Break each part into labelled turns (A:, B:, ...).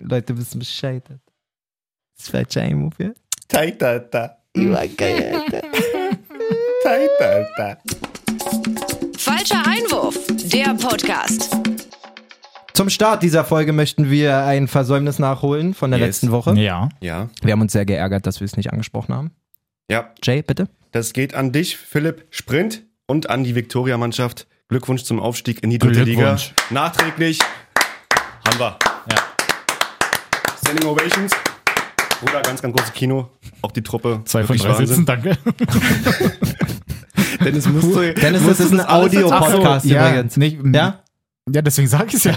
A: Leute wissen Bescheid. Das fällt ein, Mufia.
B: Tight, Alter.
A: Ich war geil, Alter.
B: Tight, Alter.
C: Falscher Einwurf, der Podcast.
A: Zum Start dieser Folge möchten wir ein Versäumnis nachholen von der
B: Yes.
A: letzten Woche.
D: Ja.
B: Ja.
A: Wir haben uns sehr geärgert, dass wir es nicht angesprochen haben.
B: Ja,
A: Jay, bitte.
B: das geht an dich, Philipp Sprint und an die Viktoria-Mannschaft. Glückwunsch zum Aufstieg in die dritte Liga.
D: Glückwunsch.
B: Nachträglich haben wir.
D: Ja.
B: Standing Ovations. Bruder, ganz, ganz großes Kino. Auch die Truppe.
D: Zwei von
B: Wirklich
D: drei
B: Wahnsinn.
D: Sitzen, danke.
B: Dennis musste.
A: Dennis, das
B: musste
A: ist ein
B: das alles erzählen.
A: Audio-Podcast
D: ja,
A: übrigens.
D: nicht-
A: ja?
D: Ja, deswegen sage ich es ja.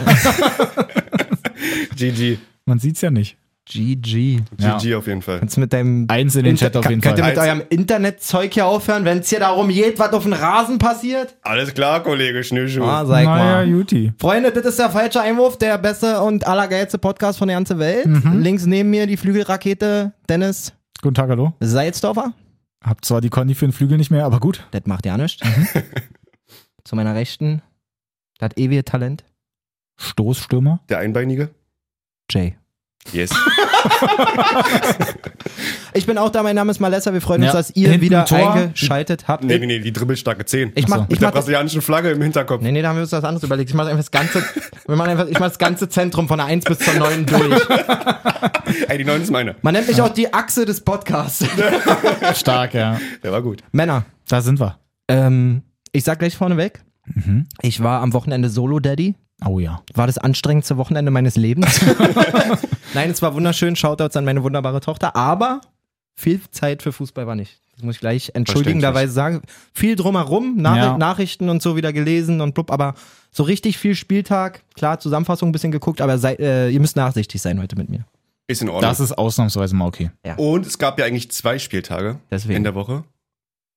B: GG.
D: Man sieht es ja nicht.
A: GG.
D: Ja.
B: GG auf jeden Fall.
A: Kannst du mit deinem
D: Eins in den Chat auf jeden
A: Könnt ihr
D: Fall.
A: mit eurem Internetzeug hier aufhören, wenn es hier darum geht, was auf dem Rasen passiert?
B: Alles klar, Kollege Schnürschuh.
A: Ah, sag
D: Naja,
A: mal.
D: Juti.
A: Freunde, das ist der falsche Einwurf, der beste und allergeilste Podcast von der ganzen Welt. Links neben mir die Flügelrakete Dennis
D: Guten Tag, hallo.
A: Seilsdorfer.
D: Hab zwar die Kondi für den Flügel nicht mehr, aber gut.
A: Das macht ja nichts. Zu meiner Rechten, das ewige Talent,
D: Stoßstürmer.
B: Der Einbeinige?
A: Jay.
B: Yes.
A: Ich bin auch da, mein Name ist Malessa. Wir freuen uns,
D: Ja.
A: dass ihr
D: Hinten
A: wieder
D: Tor.
A: eingeschaltet habt.
B: nee, nee, nee, die dribbelstarke 10.
A: Ich
D: Ach
A: mach,
D: so.
A: ich
B: Mit der
A: mach das,
B: brasilianischen Flagge im Hinterkopf.
A: nee, nee, da haben wir uns was anderes überlegt. Ich mach einfach das ganze, wir machen einfach, ich mach das ganze Zentrum von der 1 bis zur 9 durch.
B: Ey, die 9 ist meine.
A: Man nennt mich auch die Achse des Podcasts.
D: Stark, ja.
B: Der war gut.
A: Männer,
D: Da sind wir.
A: ähm, ich sag gleich vorneweg,
D: Mhm.
A: ich war am Wochenende Solo-Daddy.
D: Oh ja.
A: War das anstrengendste Wochenende meines Lebens. Nein, es war wunderschön. Shoutouts an meine wunderbare Tochter. Aber viel Zeit für Fußball war nicht. Das muss ich gleich entschuldigenderweise sagen. Viel drumherum, Nach
D: Ja.
A: Nachrichten und so wieder gelesen und blub. Aber so richtig viel Spieltag. Klar, Zusammenfassung ein bisschen geguckt. Aber sei, äh, ihr müsst nachsichtig sein heute mit mir.
B: Ist in Ordnung.
D: Das ist ausnahmsweise mal okay.
B: Und es gab ja eigentlich zwei Spieltage
A: Deswegen.
B: in der Woche.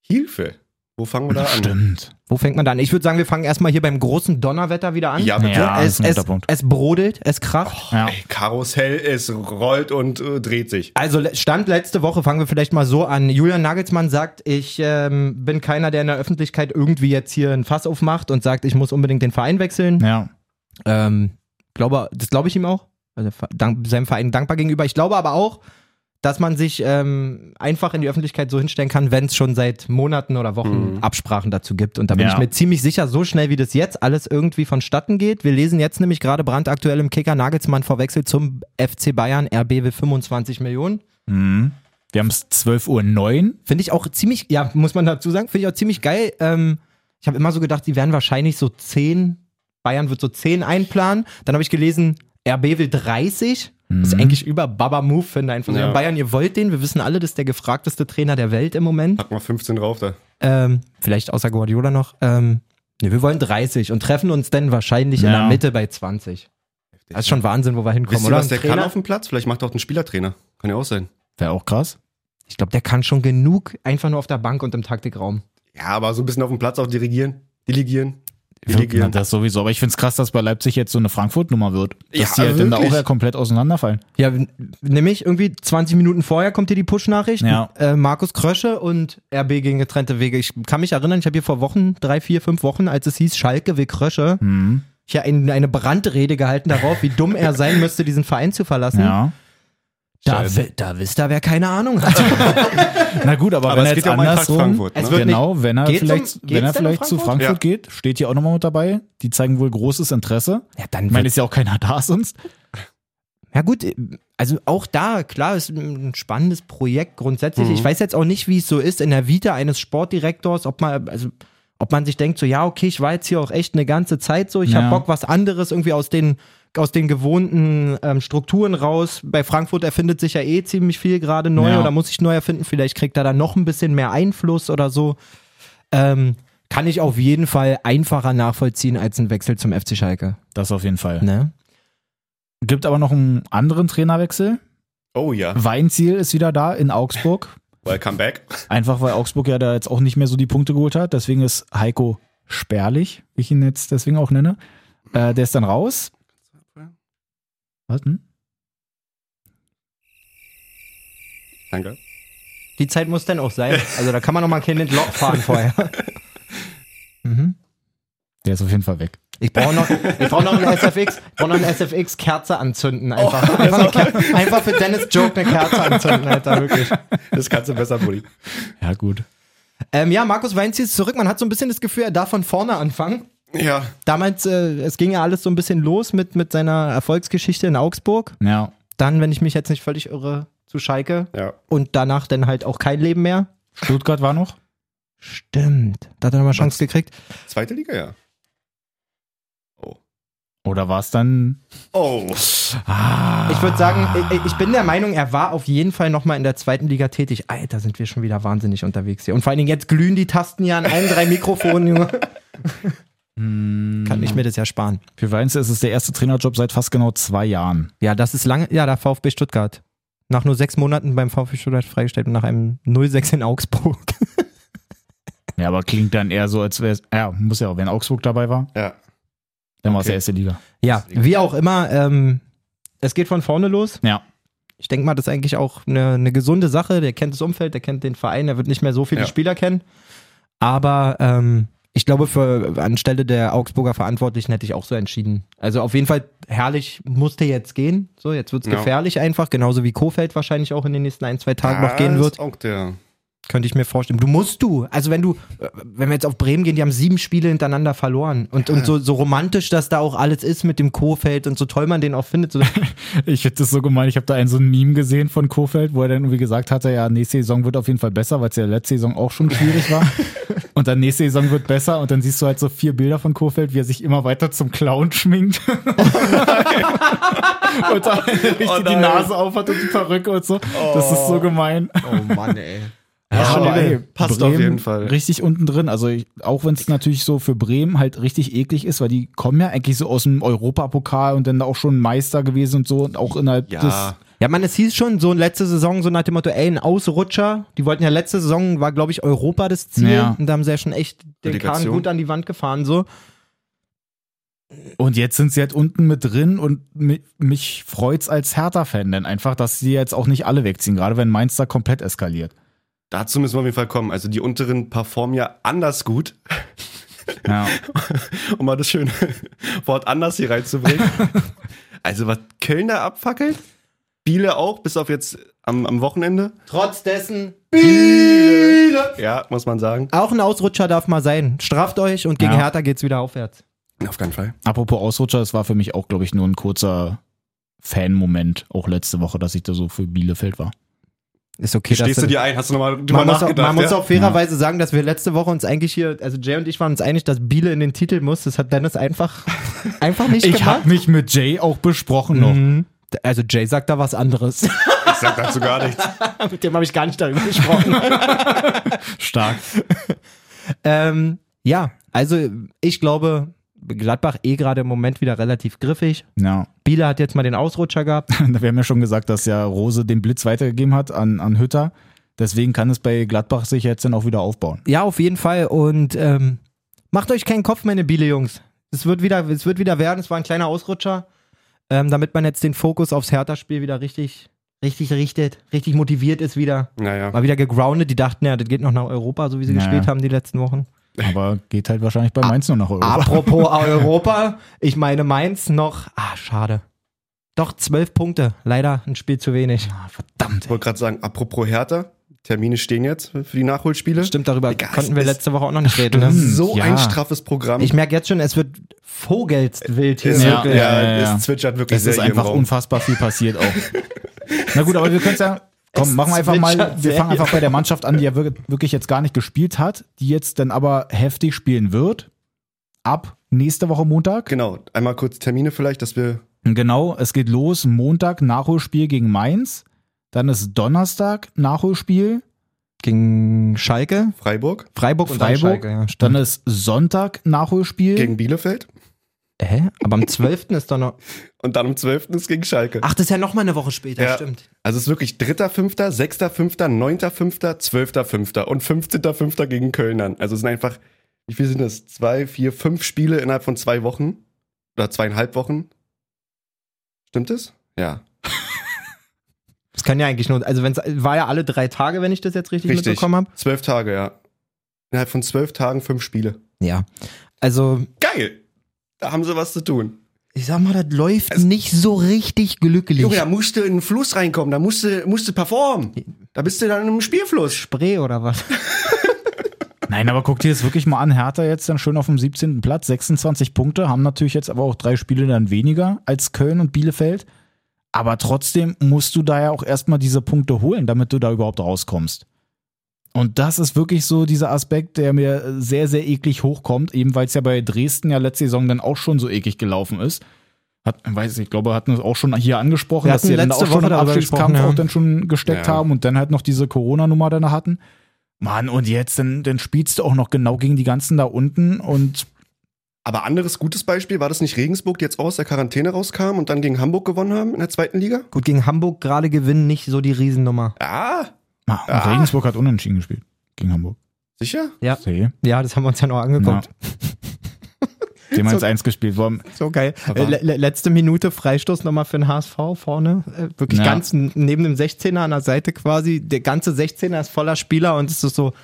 B: Hilfe. Wo fangen wir da an?
D: Stimmt.
A: Wo fängt man da an? Ich würde sagen, wir fangen erstmal hier beim großen Donnerwetter wieder an.
B: Ja, bitte.
D: Ja.
A: es,
D: das ist ein guter
A: es,
D: Punkt.
A: es brodelt, es kracht.
D: Ja.
B: Ey, Karussell, es rollt und äh, dreht sich.
A: Also le- Stand letzte Woche, fangen wir vielleicht mal so an. Julian Nagelsmann sagt, ich ähm, bin keiner, der in der Öffentlichkeit irgendwie jetzt hier ein Fass aufmacht und sagt, ich muss unbedingt den Verein wechseln.
D: Ja.
A: Ähm, glaube, das glaube ich ihm auch. Also ver- dank, seinem Verein dankbar gegenüber. Ich glaube aber auch, dass man sich ähm, einfach in die Öffentlichkeit so hinstellen kann, wenn es schon seit Monaten oder Wochen Absprachen dazu gibt. Und da bin
D: Mhm. Ja.
A: ich mir ziemlich sicher, so schnell wie das jetzt alles irgendwie vonstatten geht. Wir lesen jetzt nämlich gerade brandaktuell im Kicker Nagelsmann verwechselt zum FC Bayern. RB will 25 Millionen.
D: Mhm. Wir haben es 12.09 Uhr.
A: Finde ich auch ziemlich, ja, muss man dazu sagen, finde ich auch ziemlich geil. Ähm, ich habe immer so gedacht, die werden wahrscheinlich so 10, Bayern wird so 10 einplanen. Dann habe ich gelesen, RB will 30. Das ist eigentlich über Baba Move, finde ich. Einfach so,
B: Mhm. Ja.
A: ja. Bayern, ihr wollt den. Wir wissen alle, das ist der gefragteste Trainer der Welt im Moment.
B: Pack mal 15 drauf da.
A: Ähm, vielleicht außer Guardiola noch. Ähm, nee, wir wollen 30 und treffen uns dann wahrscheinlich in
D: Ja.
A: der Mitte bei 20. Das ist schon Wahnsinn, wo wir hinkommen,
B: Wisst ihr,
A: oder?
B: was
A: Ein
B: der kann
A: Trainer-
B: auf dem Platz? Vielleicht macht er auch ein Spielertrainer. Kann ja auch sein.
D: Wäre auch krass.
A: ich glaube, der kann schon genug, einfach nur auf der Bank und im Taktikraum.
B: Ja, aber so ein bisschen auf dem Platz auch dirigieren. Delegieren.
D: Ja,
B: Delegieren.
D: das sowieso. Aber ich finde es krass, dass bei Leipzig jetzt so eine Frankfurt-Nummer wird. Dass
B: Ja,
D: die halt dann da auch
B: wirklich.
D: ja komplett auseinanderfallen.
A: Ja, n- nämlich irgendwie 20 Minuten vorher kommt hier die Push-Nachricht.
D: Ja.
A: Äh, Markus Krösche und RB gegen getrennte Wege. Ich kann mich erinnern, ich habe hier vor Wochen, drei, vier, fünf Wochen, als es hieß, Schalke will Krösche,
D: Mhm.
A: ich habe ein, eine Brandrede gehalten darauf, wie dumm er sein müsste, diesen Verein zu verlassen.
D: Ja.
A: Da, wi- da wisst ihr, wer keine Ahnung hat.
D: Na gut, aber,
B: Aber
D: wenn
B: es
D: er
B: geht
D: jetzt
B: ja um Eintracht
D: andersrum,
B: Frankfurt. Ne?
A: Es wird-
D: genau, wenn er
A: Geht's um-
D: vielleicht,
A: geht's
D: wenn er
A: denn um
D: vielleicht zu
A: Frankfurt?
D: Frankfurt geht, steht hier auch nochmal mit dabei. Die zeigen wohl großes Interesse.
A: ja, dann
D: Ich meine, ist ja auch keiner da sonst.
A: Ja gut, also auch da, klar, ist ein spannendes Projekt grundsätzlich.
D: Mhm.
A: Ich weiß jetzt auch nicht, wie es so ist in der Vita eines Sportdirektors, ob man, also ob man sich denkt, so ja, okay, ich war jetzt hier auch echt eine ganze Zeit so, ich
D: Ja.
A: hab habe Bock, was anderes irgendwie aus den, aus den gewohnten ähm, Strukturen raus. Bei Frankfurt erfindet sich ja eh ziemlich viel gerade neu
D: Ja.
A: oder muss ich neu erfinden, vielleicht kriegt er dann noch ein bisschen mehr Einfluss oder so. Ähm, kann ich auf jeden Fall einfacher nachvollziehen als ein Wechsel zum FC Schalke.
D: Das auf jeden Fall.
A: Ne?
D: Gibt aber noch einen anderen Trainerwechsel.
B: Oh ja.
D: Weinziel ist wieder da in Augsburg.
B: Welcome back.
D: Einfach weil Augsburg ja da jetzt auch nicht mehr so die Punkte geholt hat. Deswegen ist Heiko Sperlich, wie ich ihn jetzt deswegen auch nenne. Äh, der ist dann raus. hm? Warten.
B: Danke.
A: Die Zeit muss dann auch sein. Also da kann man noch mal kein Loch fahren vorher. mhm.
D: Der ist auf jeden Fall weg.
A: Ich brauche noch, ich brauch noch eine SFX, ich brauch noch eine SFX-Kerze anzünden einfach. einfach, eine Ker einfach für Dennis Joke eine Kerze anzünden, Alter, wirklich.
B: Das kannst du besser, Bulli.
D: Ja, gut.
A: Ähm, ja, Markus Weinz ist zurück. Man hat so ein bisschen das Gefühl, er darf von vorne anfangen.
B: Ja,
A: Damals, äh, es ging ja alles so ein bisschen los mit, mit seiner Erfolgsgeschichte in Augsburg.
D: Ja.
A: Dann, wenn ich mich jetzt nicht völlig irre, zu Schalke.
B: ja.
A: Und danach dann halt auch kein Leben mehr.
D: Stuttgart war noch?
A: Stimmt. Da hat er nochmal Chance gekriegt.
B: Zweite Liga, ja.
D: Oder war es dann.
B: Oh.
A: Ich würde sagen, ich, ich bin der Meinung, er war auf jeden Fall nochmal in der zweiten Liga tätig. Alter, sind wir schon wieder wahnsinnig unterwegs hier. Und vor allen Dingen jetzt glühen die Tasten ja an allen drei Mikrofonen, Junge. Kann ich mir das ja sparen.
D: Für Weinz ist es der erste Trainerjob seit fast genau zwei Jahren.
A: Ja, das ist lange. Ja, der VfB Stuttgart. Nach nur sechs Monaten beim VfB Stuttgart freigestellt und nach einem 0-6 in Augsburg.
D: Ja, aber klingt dann eher so, als wäre es. Ja, muss ja auch, wenn Augsburg dabei war,
B: Ja.
D: dann war es
B: Okay.
D: der erste Liga.
A: Ja, wie auch immer. Ähm, es geht von vorne los.
D: Ja.
A: Ich denke mal, das ist eigentlich auch eine, eine gesunde Sache. Der kennt das Umfeld, der kennt den Verein, der wird nicht mehr so viele
B: Ja.
A: Spieler kennen. Aber ähm, ich glaube, für, anstelle der Augsburger Verantwortlichen hätte ich auch so entschieden. Also auf jeden Fall, herrlich musste jetzt gehen. So, jetzt wird es
B: Ja.
A: gefährlich einfach. Genauso wie Kofeld wahrscheinlich auch in den nächsten ein, zwei Tagen noch gehen
B: Ah,
A: wird.
B: ist Auch der.
A: Könnte ich mir vorstellen. Du musst du. Also wenn du, äh, wenn wir jetzt auf Bremen gehen, die haben sieben Spiele hintereinander verloren. Und, und so, so romantisch, dass da auch alles ist mit dem Kofeld und so toll man den auch findet. So,
D: Ich hätte das so gemeint, ich habe da einen so ein Meme gesehen von Kofeld, wo er dann irgendwie gesagt hatte, ja, nächste Saison wird auf jeden Fall besser, weil es ja letzte Saison auch schon schwierig war. Und dann nächste Saison wird besser und dann siehst du halt so vier Bilder von Kofeld, wie er sich immer weiter zum Clown schminkt. und dann richtig die
B: nein.
D: Nase auf hat und die Perücke und so. Das ist so gemein.
A: oh Mann, ey.
D: Ja,
B: schon
D: aber
B: eine
D: ey,
B: Idee. Passt
D: Bremen
B: auf jeden Fall.
D: Richtig unten drin. Also ich, auch wenn es natürlich so für Bremen halt richtig eklig ist, weil die kommen ja eigentlich so aus dem Europapokal und dann auch schon Meister gewesen und so und auch innerhalb des
A: Ja, man, es hieß schon so letzte Saison, so nach dem Motto, ey, ein Ausrutscher. Die wollten ja letzte Saison, war glaube ich Europa das Ziel.
D: Ja.
A: Und da haben sie ja schon echt den Kahn
B: Relegation.
A: gut an die Wand gefahren, so.
D: Und jetzt sind sie halt unten mit drin und mi- mich freut's als Hertha-Fan denn einfach, dass sie jetzt auch nicht alle wegziehen, gerade wenn Mainz da komplett eskaliert.
B: Dazu müssen wir auf jeden Fall kommen. Also die unteren performen ja anders gut,
D: Ja.
B: um mal das schöne Wort anders hier reinzubringen. also was Köln da abfackelt, Biele auch, bis auf jetzt am, am Wochenende.
A: Trotz dessen,
B: Ja, muss man sagen.
A: auch ein Ausrutscher darf mal sein. Straft euch und gegen
D: Ja.
A: Hertha geht's wieder aufwärts.
B: Auf keinen Fall.
D: Apropos Ausrutscher, es war für mich auch, glaube ich, nur ein kurzer Fan-Moment, auch letzte Woche, dass ich da so für Bielefeld war.
A: Ist okay, dass
B: Stehst du dir ein? Hast du nochmal drüber
A: Man muss, auch,
B: nachgedacht?
A: man muss
B: ja?
A: auch fairerweise sagen, dass wir letzte Woche uns eigentlich hier, also Jay und ich waren uns einig, dass Biele in den Titel muss. Das hat Dennis einfach, einfach nicht
D: Ich
A: gemacht.
D: habe mich mit Jay auch besprochen noch.
A: Mhm. Also Jay sagt da was anderes.
B: ich sag dazu gar nichts.
A: Mit dem habe ich gar nicht darüber gesprochen.
D: Stark.
A: ähm, ja, also ich glaube, Gladbach eh gerade im Moment wieder relativ griffig.
D: Ja.
A: Biele hat jetzt mal den Ausrutscher gehabt.
D: Wir haben ja schon gesagt, dass ja Rose den Blitz weitergegeben hat an, an Hütter. Deswegen kann es bei Gladbach sich jetzt dann auch wieder aufbauen.
A: Ja, auf jeden Fall. Und ähm, macht euch keinen Kopf, meine Biele-Jungs. Es wird wieder, es wird wieder werden. Es war ein kleiner Ausrutscher, ähm, damit man jetzt den Fokus aufs Hertha-Spiel wieder richtig, richtig richtet, richtig motiviert ist wieder.
B: Naja.
A: War wieder gegroundet. Die dachten ja, das geht noch nach Europa, so wie sie
D: Naja.
A: gespielt haben die letzten Wochen.
D: Aber geht halt wahrscheinlich bei Mainz nur nach Europa.
A: Apropos Europa, ich meine Mainz noch. Ah, schade. Doch zwölf Punkte. Leider ein Spiel zu wenig.
B: Ich wollte gerade sagen, apropos Hertha, Termine stehen jetzt für die Nachholspiele.
A: Stimmt, darüber
B: Egal,
A: konnten wir
B: es-
A: letzte Woche auch noch nicht reden.
B: Das
A: Ne?
B: ist so
D: Ja.
B: ein straffes Programm.
A: Ich merke jetzt schon, es wird vogelst wild hier.
B: Es
D: Ja,
B: wirklich,
D: ja, ja, ja.
B: es zwitschert wirklich
D: Es
B: sehr
D: ist
B: hier im
D: einfach
B: Raum.
D: unfassbar viel passiert auch. Na gut, aber wir können es ja. Komm, machen wir einfach mal.
A: zwitschert
D: Wir fangen
A: sehr.
D: einfach bei der Mannschaft an, die ja wirk- wirklich jetzt gar nicht gespielt hat, die jetzt dann aber heftig spielen wird. Ab nächste Woche Montag.
B: Genau, einmal kurz Termine vielleicht, dass wir
D: Genau, es geht los. Montag Nachholspiel gegen Mainz. Dann ist Donnerstag Nachholspiel.
A: Gegen Schalke,
B: Freiburg
A: Freiburg und dann
D: Freiburg,
A: Schalke. Ja,
D: Dann
A: stimmt.
D: ist Sonntag Nachholspiel.
B: gegen Bielefeld
A: Hä? Aber am 12. ist doch noch.
B: und dann am 12. ist gegen Schalke.
A: Ach, das ist ja noch mal eine Woche später,
B: Ja.
A: stimmt.
B: Also es ist wirklich 3.5., 6.5., 9.5., 12.5. und 15.5. gegen Köln dann. Also es sind einfach, wie viel sind das? Zwei, vier, fünf Spiele innerhalb von zwei Wochen oder zweieinhalb Wochen. Stimmt es? Ja.
A: Das kann ja eigentlich nur. Also, wenn's war ja alle drei Tage, wenn ich das jetzt richtig, mitbekommen habe.
B: Zwölf Tage, ja. Innerhalb von zwölf Tagen fünf Spiele.
A: Ja. Also,
B: Geil! Da haben sie was zu tun.
A: Ich sag mal, das läuft nicht so richtig glücklich.
B: Junge, da musst du in den Fluss reinkommen, da musst du, musst du performen. Da bist du dann im Spielfluss.
A: Spree oder was?
D: Nein, aber guck dir das wirklich mal an. Hertha jetzt dann schön auf dem 17. Platz, 26 Punkte, haben natürlich jetzt aber auch drei Spiele dann weniger als Köln und Bielefeld. Aber trotzdem musst du da ja auch erstmal diese Punkte holen, damit du da überhaupt rauskommst. Und das ist wirklich so dieser Aspekt, der mir sehr, sehr eklig hochkommt, eben weil es ja bei Dresden ja letzte Saison dann auch schon so ekig gelaufen ist. Hat, weiß ich, ich glaube, hatten es auch schon hier angesprochen,
A: Wir
D: dass sie
A: hatten
D: dann
A: letzte
D: auch schon
A: Woche
D: im
A: darüber
D: Abstiegskampf
A: gesprochen, ja.
D: auch dann schon gesteckt
B: Ja.
D: haben und dann halt noch diese Corona-Nummer dann hatten. Mann, und jetzt, dann, dann spielst du auch noch genau gegen die ganzen da unten und
B: Aber anderes gutes Beispiel, war das nicht Regensburg, die jetzt auch aus der Quarantäne rauskam und dann gegen Hamburg gewonnen haben in der zweiten Liga?
A: Gut, gegen Hamburg gerade gewinnen nicht so die Riesennummer.
B: Ah,
D: Ah, und
B: Ah.
D: Regensburg hat unentschieden gespielt gegen Hamburg.
B: sicher?
A: Ja,
D: See.
A: ja das haben wir uns ja noch angeguckt.
D: Dem eins eins gespielt worden.
A: So geil.
B: Aber-
A: Äh, le le letzte Minute Freistoß nochmal für den HSV vorne. Äh, wirklich
D: Ja.
A: ganz n- neben dem 16er an der Seite quasi. Der ganze 16er ist voller Spieler und es ist so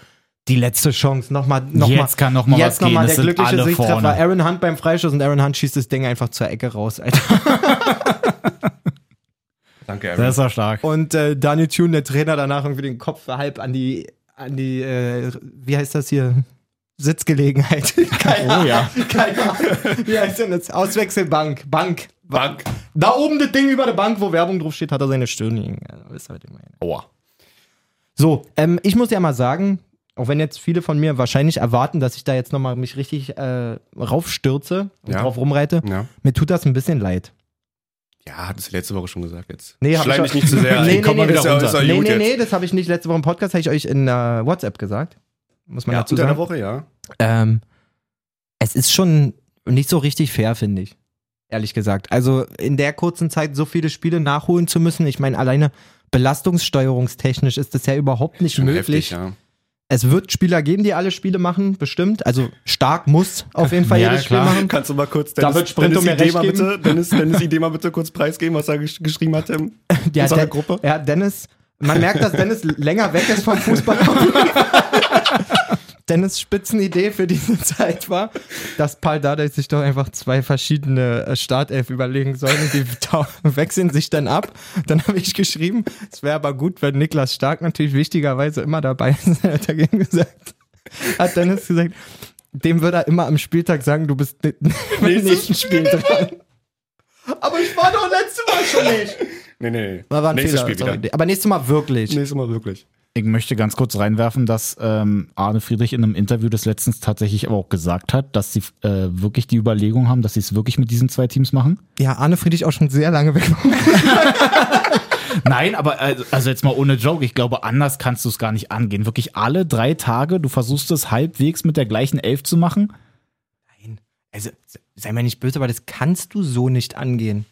A: die letzte Chance. Nochmal, nochmal.
D: Jetzt kann noch mal
A: jetzt
D: was gehen.
A: Nochmal
D: Es
A: der
D: sind
A: glückliche
D: alle
A: Siegtreffer.
D: vorne.
A: Aaron Hunt beim Freistoß und Aaron Hunt schießt das Ding einfach zur Ecke raus, Alter.
B: Danke,
D: Das war stark.
A: Und äh, Daniel Thune, der Trainer, danach irgendwie den Kopf halb an die, an die, äh, wie heißt das hier? Sitzgelegenheit. Keine
D: Oh ja.
A: Keine Ahnung. Wie heißt denn das? Auswechselbank. Bank.
B: Bank.
A: Da oben das Ding über der Bank, wo Werbung draufsteht, hat er seine Stirn liegen. Also, wisst ihr, was ich meine.
B: Aua.
A: So, ähm, ich muss ja mal sagen, auch wenn jetzt viele von mir wahrscheinlich erwarten, dass ich da jetzt nochmal mich richtig äh, raufstürze und
B: Ja.
A: drauf rumreite,
B: Ja.
A: mir tut das ein bisschen leid.
B: Ja, hat es letzte Woche schon gesagt jetzt.
A: Nee, hab
B: Schleim
A: ich schon-
B: dich nicht zu sehr ein.
A: Nee, nee,
B: Komm mal
A: nee,
B: wieder
A: ist
D: ja-
B: runter.
D: ist ja
A: nee,
B: Gut
A: nee,
B: jetzt.
A: nee, das habe ich nicht letzte Woche im Podcast, habe ich euch in äh, WhatsApp gesagt. Muss man
B: Ja,
A: dazu
B: unter der
A: sagen.
B: Woche, ja.
A: Ähm, es ist schon nicht so richtig fair, finde ich. Ehrlich gesagt. Also in der kurzen Zeit so viele Spiele nachholen zu müssen, ich meine, alleine belastungssteuerungstechnisch ist das ja überhaupt nicht
B: Schon
A: möglich.
B: heftig, ja.
A: Es wird Spieler geben, die alle Spiele machen, bestimmt. Also stark muss auf jeden Fall
D: Ja,
A: jedes
D: klar.
A: Spiel machen.
B: Kannst du mal kurz
A: Da wird Sprint um mir
B: Idee
A: recht
B: mal
A: geben.
B: bitte, Dennis, Dennis Idee mal bitte kurz preisgeben, was er gesch geschrieben hat im, in
A: Ja,
B: unserer
A: Den-
B: Gruppe?
A: ja, Dennis, man merkt, dass Dennis länger weg ist vom Fußball. Dennis Spitzenidee für diese Zeit war, dass Paul Dardai sich doch einfach zwei verschiedene äh, Startelf überlegen sollen und die tau- wechseln sich dann ab. Dann habe ich geschrieben, es wäre aber gut, wenn Niklas Stark natürlich wichtigerweise immer dabei ist, hat dagegen gesagt. Hat Dennis gesagt, dem würde er immer am Spieltag sagen, du bist ni-
B: Nächstes
A: im nächsten Spiel dran.
B: Aber ich war doch letztes Mal schon nicht. Nee, nee, nee.
A: War war ein
B: Nächstes
A: Fehler,
B: Spiel wieder.
A: sorry. Aber nächstes Mal wirklich.
B: Nächstes Mal wirklich.
D: Ich möchte ganz kurz reinwerfen, dass ähm, Arne Friedrich in einem Interview des letztens tatsächlich aber auch gesagt hat, dass sie äh, wirklich die Überlegung haben, dass sie es wirklich mit diesen zwei Teams machen.
A: Ja, Arne Friedrich auch schon sehr lange weg.
D: Nein, aber äh, also jetzt mal ohne Joke, ich glaube, anders kannst du es gar nicht angehen. Wirklich alle drei Tage, du versuchst es halbwegs mit der gleichen Elf zu machen.
A: Nein. Also, sei mir nicht böse, aber das kannst du so nicht angehen.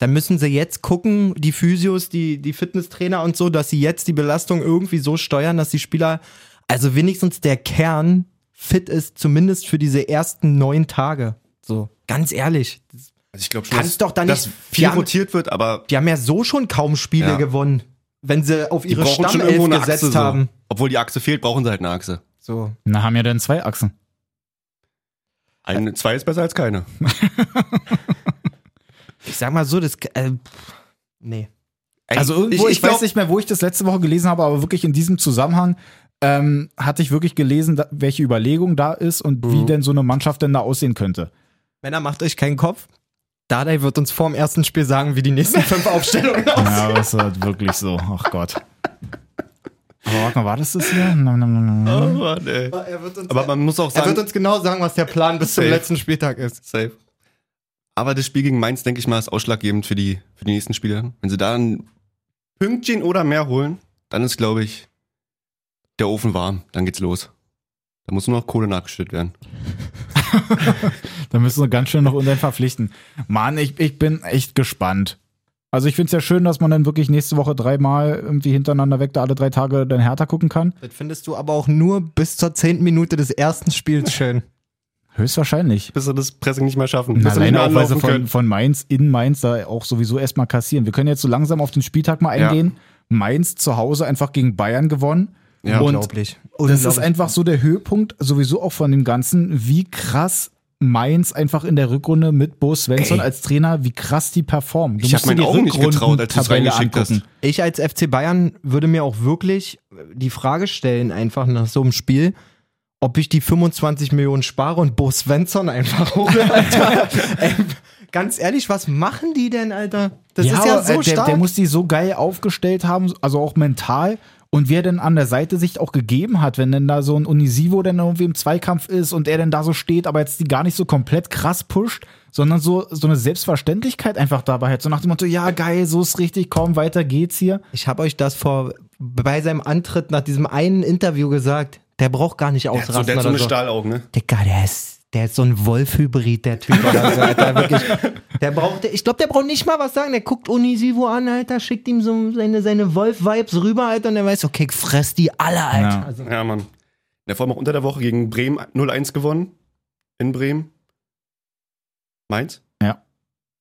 A: Dann müssen sie jetzt gucken, die Physios, die, die Fitnesstrainer und so, dass sie jetzt die Belastung irgendwie so steuern, dass die Spieler, also wenigstens der Kern fit ist, zumindest für diese ersten neun Tage. So, ganz ehrlich.
B: Also ich glaube
A: Kannst doch da nicht-
B: dass viel
A: Ja,
B: rotiert wird, aber
A: Die haben ja so schon kaum Spiele
B: Ja.
A: gewonnen, wenn sie auf
B: die
A: ihre
B: brauchen schon
A: Stammelf
B: irgendwo eine
A: gesetzt
B: Achse.
A: haben.
B: So. Obwohl die Achse fehlt, brauchen sie halt eine Achse.
A: So.
D: Na, haben ja dann zwei Achsen.
B: Eine, zwei ist besser als keine.
A: Ich sag mal so, das, äh, pff, nee.
D: Also irgendwo, ich, weiß nicht mehr, wo ich das letzte Woche gelesen habe, aber wirklich in diesem Zusammenhang ähm, hatte ich wirklich gelesen, da, welche Überlegung da ist und wie denn so eine Mannschaft denn da aussehen könnte.
A: Männer, macht euch keinen Kopf. Dardai wird uns vorm ersten Spiel sagen, wie die nächsten fünf Aufstellungen aussehen.
D: Ja, das ist halt wirklich so. Ach Gott. Aber warte mal, war das das hier? Na, na, na, na.
B: Oh Mann, ey.
A: Er wird uns,
B: Aber man muss auch
A: er wird
B: sagen,
A: uns genau sagen, was der Plan bis zum
B: Safe.
A: letzten Spieltag ist.
B: safe. Aber das Spiel gegen Mainz, denke ich mal, ist ausschlaggebend für die, für die nächsten Spiele. Wenn sie da ein Pünktchen oder mehr holen, dann ist, glaube ich, der Ofen warm. Dann geht's los. Da muss nur noch Kohle nachgeschüttet werden.
D: Da müssen wir ganz schön noch unseren verpflichten. Mann, ich, ich bin echt gespannt. Also ich find's ja schön, dass man dann wirklich nächste Woche dreimal irgendwie hintereinander weg da alle drei Tage dann Hertha gucken kann.
A: Das findest du aber auch nur bis zur zehnten Minute des ersten Spiels schön.
D: Höchstwahrscheinlich.
B: Bis sie das Pressing nicht mehr schaffen.
D: Na,
B: Bis sie nicht
D: Alleine auch,
B: mehr
D: weil sie
B: anlaufen
D: von,
B: können.
D: von Mainz in Mainz da auch sowieso erstmal kassieren. Wir können jetzt so langsam auf den Spieltag mal
B: Ja.
D: eingehen. Mainz zu Hause einfach gegen Bayern gewonnen.
B: Ja.
D: und
A: Unglaublich.
D: das
A: Unglaublich.
D: ist einfach so der Höhepunkt sowieso auch von dem Ganzen, wie krass Mainz einfach in der Rückrunde mit Bo Svensson
B: Ey.
D: als Trainer, wie krass die performen. Du
B: Ich
D: musst
B: hab
D: dir
B: meinen
D: die
B: Augen nicht
D: Rückrunden-
B: getraut, als du's
D: Tabelle
B: reingeschickt hast.
D: angucken.
A: Ich als FC Bayern würde mir auch wirklich die Frage stellen, einfach nach so einem Spiel, ob ich die 25 Millionen spare und Bo Svensson einfach hole, Alter. Ey, ganz ehrlich, was machen die denn, Alter? Das ist ja
D: aber,
A: so
D: äh, der,
A: stark.
D: der muss die so geil aufgestellt haben, also auch mental. Und wer denn an der Seite sich auch gegeben hat, wenn denn da so ein Unisivo dann irgendwie im Zweikampf ist und er denn da so steht, aber jetzt die gar nicht so komplett krass pusht, sondern so, so eine Selbstverständlichkeit einfach dabei hat. So nach dem Motto, ja geil, so ist richtig, komm, weiter geht's hier.
A: ich habe euch das vor bei seinem Antritt nach diesem einen Interview gesagt. Der braucht gar nicht
B: Der hat so,
A: ausrasten
B: der hat so
A: oder
B: eine
A: so.
B: Stahlaugen, ne?
A: Digga, der ist, der ist so ein Wolfhybrid, der Typ. Oder so, Alter, wirklich. Der braucht, ich glaube, der braucht nicht mal was sagen. Der guckt Unisivo an, Alter, schickt ihm so seine, seine Wolf-Vibes rüber, Alter, und der weiß, okay, fress die alle, Alter.
D: Ja.
A: Also,
B: Ja, Mann. Der vor allem auch unter der Woche gegen Bremen 0-1 gewonnen. In Bremen. Mainz?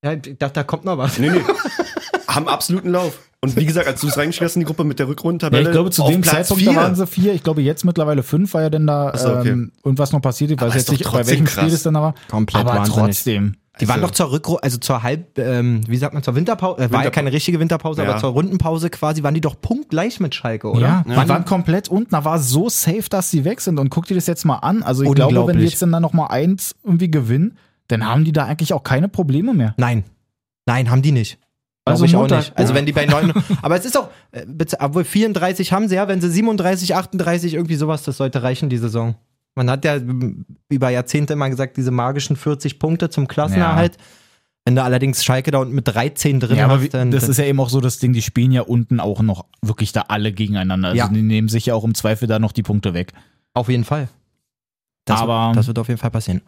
A: ja, ich dachte, da kommt noch was.
B: Nee, nee. Haben absoluten Lauf. Und wie gesagt, als du es reingeschrieben hast in die Gruppe mit der
D: Ja,
B: Rückrundentabelle.
D: ich glaube, zu
B: auf
D: dem
B: Platz
D: Zeitpunkt
B: vier.
D: da waren sie vier. Ich glaube, jetzt mittlerweile fünf, weil ja denn da
B: so, okay.
D: ähm, irgendwas noch passiert. Ich
B: Aber
D: weiß jetzt
B: ist doch
D: nicht, bei
B: trotzdem
D: welchem
B: krass.
D: Spiel es dann da war.
A: Komplett
D: aber
A: wahnsinnig.
D: trotzdem.
A: Die waren
B: Also-
A: doch zur Rückru also zur Halb, ähm, wie sagt man, zur Winterpause, äh, war ja
B: Winterpa-
A: keine richtige Winterpause,
B: Ja.
A: aber zur Rundenpause quasi, waren die doch punktgleich mit Schalke, oder?
D: Ja,
A: Wann-
D: die waren komplett unten, da war so safe, dass sie weg sind. Und guck dir das jetzt mal an. Also ich glaube, wenn die
A: Unglaublich.
D: jetzt dann da nochmal eins irgendwie gewinnen, dann haben die da eigentlich auch keine Probleme mehr.
A: Nein. Nein, haben die nicht.
D: Also
A: Also ich auch
D: Montag,
A: nicht. Also
D: ja.
A: wenn die bei 9. aber es ist auch, äh, bitte, obwohl 34 haben sie ja, wenn sie 37, 38, irgendwie sowas, das sollte reichen, die Saison. Man hat ja ähm, über Jahrzehnte immer gesagt, diese magischen 40 Punkte zum Klassenerhalt. Wenn du allerdings Schalke da unten mit 13 drin
D: Ja,
A: hast,
D: aber wie-
A: dann.
D: das ist ja eben auch so das Ding, die spielen ja unten auch noch wirklich da alle gegeneinander. Also
A: Ja.
D: die nehmen sich ja auch im Zweifel da noch die Punkte weg.
A: auf jeden Fall. Das,
D: Aber-
A: das wird auf jeden Fall passieren.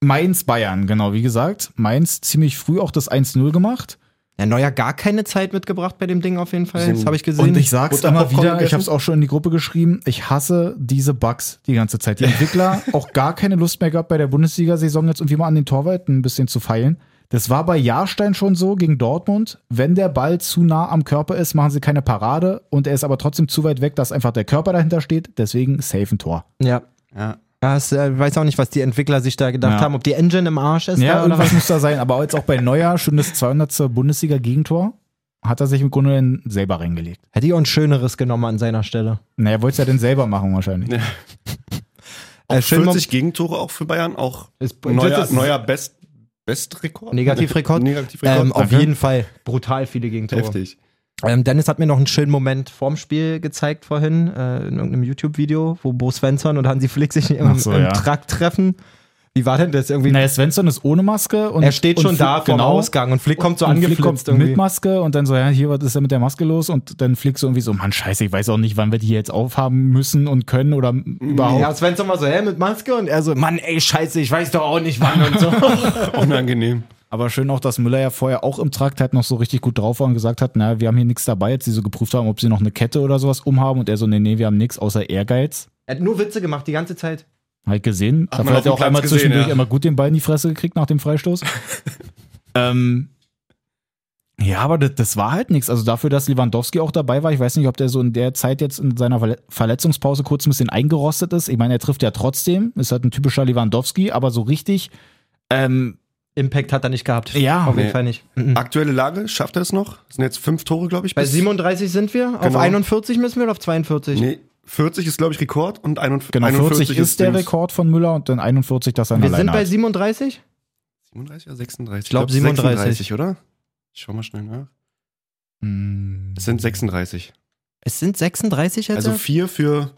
D: Mainz Bayern, genau, wie gesagt. Mainz ziemlich früh auch das 1-0 gemacht.
A: Ja, Neuer gar keine Zeit mitgebracht bei dem Ding auf jeden Fall.
B: Bisschen-
A: Das habe ich gesehen.
D: Und ich sag's
B: Butter
D: immer
B: Popcorn
D: wieder, ich
B: gegessen?
D: habe es auch schon in die Gruppe geschrieben, ich hasse diese Bugs die ganze Zeit. Die Entwickler auch gar keine Lust mehr gehabt bei der Bundesliga-Saison jetzt irgendwie mal an den Torwart ein bisschen zu feilen. Das war bei Jahrstein schon so gegen Dortmund. Wenn der Ball zu nah am Körper ist, machen sie keine Parade und er ist aber trotzdem zu weit weg, dass einfach der Körper dahinter steht. Deswegen safe ein Tor.
A: ja.
B: Ja.
A: Ja, es, äh, ich weiß auch nicht, was die Entwickler sich da gedacht
D: Ja.
A: haben, ob die Engine im Arsch ist
D: Ja,
A: da oder
D: irgendwas
A: was.
D: muss da sein. Aber jetzt auch bei Neuer, schon das 200. Bundesliga-Gegentor, hat er sich im Grunde dann selber reingelegt.
A: Hätte ich auch ein schöneres genommen an seiner Stelle.
D: Naja, wollte es ja denn selber machen wahrscheinlich.
B: Auch
A: Äh, schön,
B: 40 Gegentore auch für Bayern. Auch
A: Ist-
B: neuer,
A: das ist-
B: neuer Best, Bestrekord.
A: Negativrekord?
B: Negativrekord.
A: Ähm, auf
D: Danke.
A: jeden Fall brutal viele Gegentore.
B: Heftig.
A: Ähm, Dennis hat mir noch einen schönen Moment vorm Spiel gezeigt vorhin, äh, in irgendeinem YouTube-Video, wo Bo Svensson und Hansi Flick sich im,
D: Ach so,
A: im
D: ja.
A: Trakt treffen. Wie war denn das irgendwie?
D: Naja, Svensson ist ohne Maske und
A: er steht
D: und
A: schon da
D: Flick- genau.
A: vorm Ausgang und Flick kommt so
D: und Flick
A: angeflitzt
D: kommt
A: irgendwie.
D: mit Maske und dann so, ja, hier, was ist denn mit der Maske los? Und dann Flick so irgendwie so, Mann, scheiße, ich weiß auch nicht, wann wir die jetzt aufhaben müssen und können oder überhaupt.
A: ja, Svensson war so, hä, mit Maske? Und er so, Mann, ey, scheiße, ich weiß doch auch nicht wann und so.
B: Unangenehm.
D: Aber schön auch, dass Müller ja vorher auch im Trakt halt noch so richtig gut drauf war und gesagt hat, na, wir haben hier nichts dabei, als sie so geprüft haben, ob sie noch eine Kette oder sowas umhaben und er so, nee, nee, wir haben nichts außer Ehrgeiz.
A: er hat nur Witze gemacht die ganze Zeit.
D: Halt gesehen.
B: Hat
D: Dafür
B: man
D: hat er
B: auf
D: auch
B: dem
D: einmal
B: Platz gesehen,
D: zwischendurch
B: ja.
D: einmal gut den Ball in die Fresse gekriegt nach dem Freistoß. ähm, ja, aber das, das war halt nichts. Also dafür, dass Lewandowski auch dabei war, ich weiß nicht, ob der so in der Zeit jetzt in seiner Verle- Verletzungspause kurz ein bisschen eingerostet ist. Ich meine, er trifft ja trotzdem, ist halt ein typischer Lewandowski, aber so richtig, ähm,
A: Impact hat er nicht gehabt.
D: ja,
A: Auf jeden
B: Nee.
A: Fall nicht. Mhm.
B: Aktuelle Lage, schafft er es noch? Es sind jetzt fünf Tore, glaube ich.
A: Bei
B: bis-
A: 37 sind wir, auf
B: Genau.
A: 41 müssen wir oder auf 42?
B: Nee, 40 ist, glaube ich, Rekord und 41,
D: Genau, 40 ist, der
B: Dings.
D: Rekord von Müller und dann 41, dass er ihn
A: wir
D: alleine
A: sind bei
D: hat.
A: 37?
B: 37 oder 36?
A: Ich glaub,
B: glaub,
A: 37,
B: oder? Ich schau mal schnell nach.
D: Hm.
B: Es sind 36.
A: Es sind 36 jetzt?
B: Also vier für,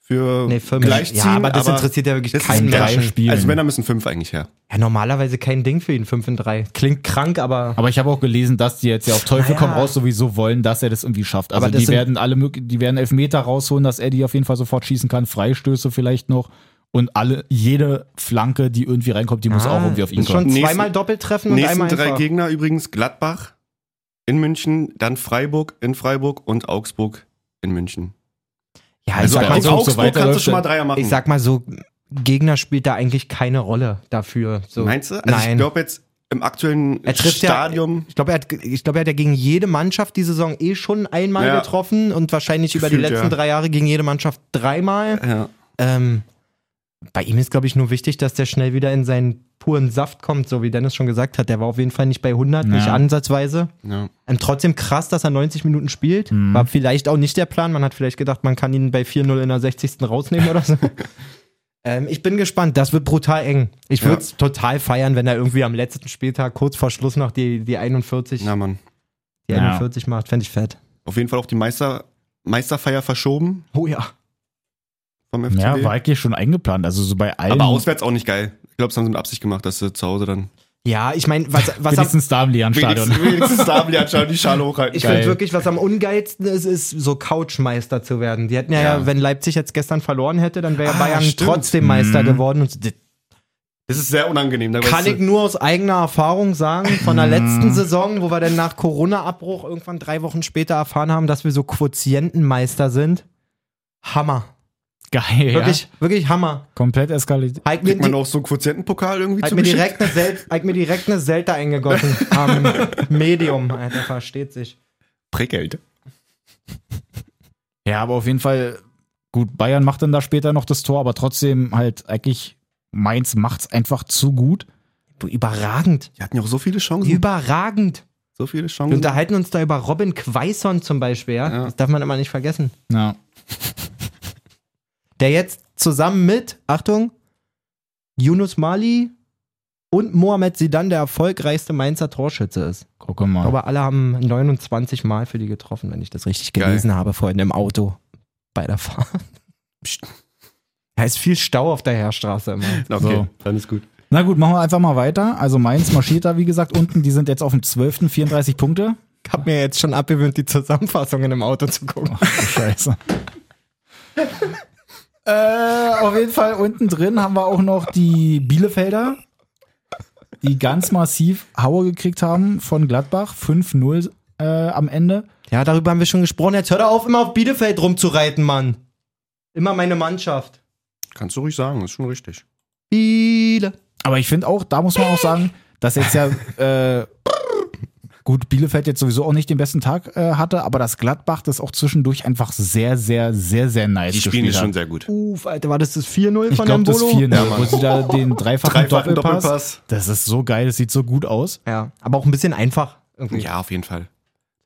B: für
A: nee, 5.
B: gleichziehen.
A: ja, aber das interessiert ja wirklich
B: das ist
A: keinen
B: ein Drei
A: Menschen.
D: Spielen.
B: Also Männer müssen fünf eigentlich her.
A: Ja, normalerweise kein Ding für ihn, 5 in 3. Klingt krank, aber
D: Aber ich habe auch gelesen, dass die jetzt ja auf Teufel
A: Naja.
D: komm raus sowieso wollen, dass er das irgendwie schafft. Also
A: Aber das
D: die
A: sind-
D: werden alle möglich- die werden Elfmeter rausholen, dass er die auf jeden Fall sofort schießen kann, Freistöße vielleicht noch und alle jede Flanke, die irgendwie reinkommt, die muss
A: Ah,
D: auch irgendwie auf ihn
A: sind
D: kommen.
A: schon
B: Nächsten-
A: zweimal Doppeltreffen und
B: Nächsten
A: einmal
B: drei
A: einfach.
B: Gegner übrigens Gladbach in München, dann Freiburg in Freiburg und Augsburg in München.
A: Ja,
D: Also
A: ich sag
D: bei
A: mal
D: so-
B: auf
A: so,
B: Augsburg
D: so weiter
B: kannst du
D: läuft
B: schon mal
D: dann-
B: Dreier machen.
A: ich sag mal so, Gegner spielt da eigentlich keine Rolle dafür. So.
B: Meinst du? Also ich
A: Nein.
B: glaube jetzt im aktuellen
A: Er trifft ja-
B: Stadium
A: Ich glaube, er, hat- ich glaub, er hat ja gegen jede Mannschaft die Saison eh schon einmal
B: Ja.
A: getroffen und wahrscheinlich über die
B: Gefühlt,
A: letzten
B: ja.
A: drei Jahre gegen jede Mannschaft dreimal.
B: ja.
A: Ähm, bei ihm ist, glaube ich, nur wichtig, dass der schnell wieder in seinen puren Saft kommt, so wie Dennis schon gesagt hat. Der war auf jeden Fall nicht bei 100, nicht
D: Ja.
A: ansatzweise.
B: Ja.
A: Und trotzdem krass, dass er 90 Minuten spielt. War vielleicht auch nicht der Plan. Man hat vielleicht gedacht, man kann ihn bei 4-0 in der 60. rausnehmen oder so. ähm, ich bin gespannt. Das wird brutal eng. Ich
B: Ja.
A: würde es total feiern, wenn er irgendwie am letzten Spieltag kurz vor Schluss noch die, die 41,
B: Na, Mann.
A: die
D: Ja.
A: 41 macht. Fände ich fett.
B: Auf jeden Fall auch die Meister, Meisterfeier verschoben
A: Oh ja.
B: vom FCB.
D: Ja, war eigentlich schon eingeplant. Also so bei allen.
B: Aber auswärts auch nicht geil. Ich glaube, das haben sie mit Absicht gemacht, dass sie zu Hause dann
A: Ja, ich meine, was, was am,
D: wenigstens da im Leon-Stadion.
B: wenigstens, wenigstens da wieder anschauen, die Schale hochhalten.
A: ich
B: Geil.
A: finde wirklich, was am ungeilsten ist, ist so Couchmeister zu werden. Die hätten ja, ja.
B: Ja.
A: wenn Leipzig jetzt gestern verloren hätte, dann wäre
B: Ah,
A: Bayern
B: stimmt.
A: trotzdem Meister
D: Mhm.
A: geworden. Und das
B: Das ist sehr unangenehm. Da
A: Kann
B: weißt
A: ich
B: du, Mhm.
A: nur aus eigener Erfahrung sagen, von der letzten Saison, wo wir dann nach Corona-Abbruch irgendwann drei Wochen später erfahren haben, dass wir so Quotientenmeister sind. Hammer.
D: Geil.
A: Wirklich, wirklich Hammer.
D: Ja. Komplett eskaliert.
A: Halt mir,
B: kriegt man
A: di
B: auch so einen Quotientenpokal irgendwie
A: halt mir, direkt,
B: zugeschickt?
A: eine Sel halt mir direkt eine Selta eingegossen am Medium. Alter, versteht sich.
B: Prägeld.
D: Ja, aber auf jeden Fall, gut, Bayern macht dann da später noch das Tor, aber trotzdem halt eigentlich, Mainz macht's einfach zu gut.
A: Du, überragend.
B: Die hatten ja auch so viele Chancen.
A: Überragend.
B: so viele
A: Wir
B: Chancen.
A: unterhalten uns da über Robin Quaison zum Beispiel, Mhm. ja?
B: Ja.
A: Das darf man immer nicht vergessen.
D: Ja.
A: der jetzt zusammen mit, Achtung, Yunus Mali und Mohamed Sidan der erfolgreichste Mainzer Torschütze ist.
D: Gucke mal.
A: Aber alle haben 29 Mal für die getroffen, wenn ich das richtig
B: Geil.
A: gelesen habe, vorhin im Auto bei der Fahrt. Psst. Da ist viel Stau auf der Heerstraße immer.
B: Na,
D: So.
B: dann ist gut.
D: Na gut, machen wir einfach mal weiter. Also Mainz marschiert da, wie gesagt, unten. Die sind jetzt auf dem 12. 34 Punkte.
A: Ich habe mir jetzt schon abgewöhnt, die Zusammenfassungen im Auto zu gucken.
D: Ach, du Scheiße. äh, auf jeden Fall unten drin haben wir auch noch die Bielefelder, die ganz massiv Haue gekriegt haben von Gladbach. 5-0 äh, am Ende.
A: Ja, darüber haben wir schon gesprochen. Jetzt hör doch auf, immer auf Bielefeld rumzureiten, Mann. Immer meine Mannschaft.
B: Kannst du ruhig sagen, ist schon richtig.
A: Biele.
D: Aber ich finde auch, da muss man auch sagen, dass jetzt ja äh, gut Bielefeld jetzt sowieso auch nicht den besten Tag äh, hatte, aber dass Gladbach das auch zwischendurch einfach sehr, sehr, sehr, sehr nice
B: Die spielen
D: gespielt
B: das
D: hat.
B: schon sehr gut.
A: Uff, Alter, war das das 4-0
D: Ich
A: von
D: glaube, das
A: Embolo?
D: 4
B: Ja, Mann.
D: wo sie da den dreifachen,
B: Dreifachen
D: Doppelpass,
B: Doppelpass.
D: Das ist so geil, das sieht so gut aus.
A: Ja, aber auch ein bisschen einfach. Irgendwie.
B: Ja, auf jeden Fall.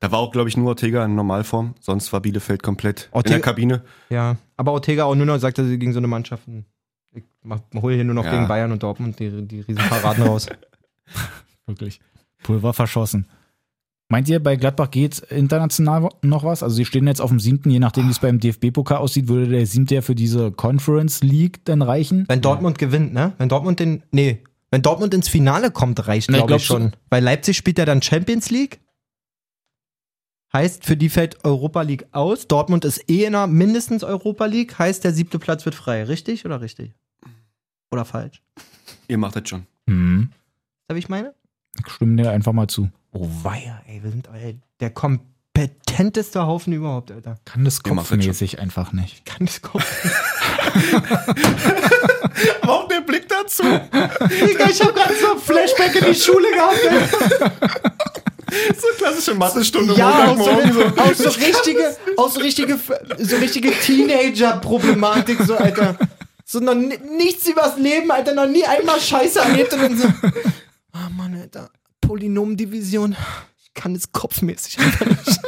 B: Da war auch, glaube ich, nur Ortega in Normalform. Sonst war Bielefeld komplett
A: Ortega-
B: in der Kabine.
A: Ja, aber Ortega auch nur noch sagte, sie gegen so eine Mannschaften. Ich mach- hol hier nur noch
B: Ja.
A: gegen Bayern und Dortmund die, die Riesenparaden raus.
D: Wirklich. Pulver verschossen. Meint ihr, bei Gladbach geht international wo- noch was? Also sie stehen jetzt auf dem siebten, je nachdem, wie es beim DFB-Pokal aussieht, würde der siebte ja für diese Conference League dann reichen.
A: Wenn Dortmund gewinnt, ne? Wenn Dortmund den. Nee. Wenn Dortmund ins Finale kommt, reicht,
D: Na,
A: glaube ich,
D: glaubst du-
A: schon. Bei Leipzig spielt er dann Champions League. Heißt, für die fällt Europa League aus. Dortmund ist eh in einer mindestens Europa League. Heißt, der siebte Platz wird frei. Richtig oder richtig? Oder falsch?
B: Ihr macht das schon.
D: Hm.
A: Weißt du, wie ich meine?
D: Ich stimme dir einfach mal zu.
A: Oh weia, ey, wir sind ey, der kompetenteste Haufen überhaupt, Alter.
D: Kann das
B: Ja, mach das schon.
D: kopfmäßig einfach nicht.
A: Kann das kommen?
B: Aber auch der Blick dazu.
A: Digga, ich hab grad so ein Flashback in die Schule gehabt, ey.
B: So klassische Mathestunde
A: Ja, auch so,
B: Montagmorgen.
A: eine, auch so richtige, auch so richtige, so richtige Teenager-Problematik, so, Alter. So noch ni- nichts übers Leben, Alter, noch nie einmal Scheiße erlebt und dann so. Ah, Mann, Alter, Polynomdivision. Ich kann das kopfmäßig einfach nicht.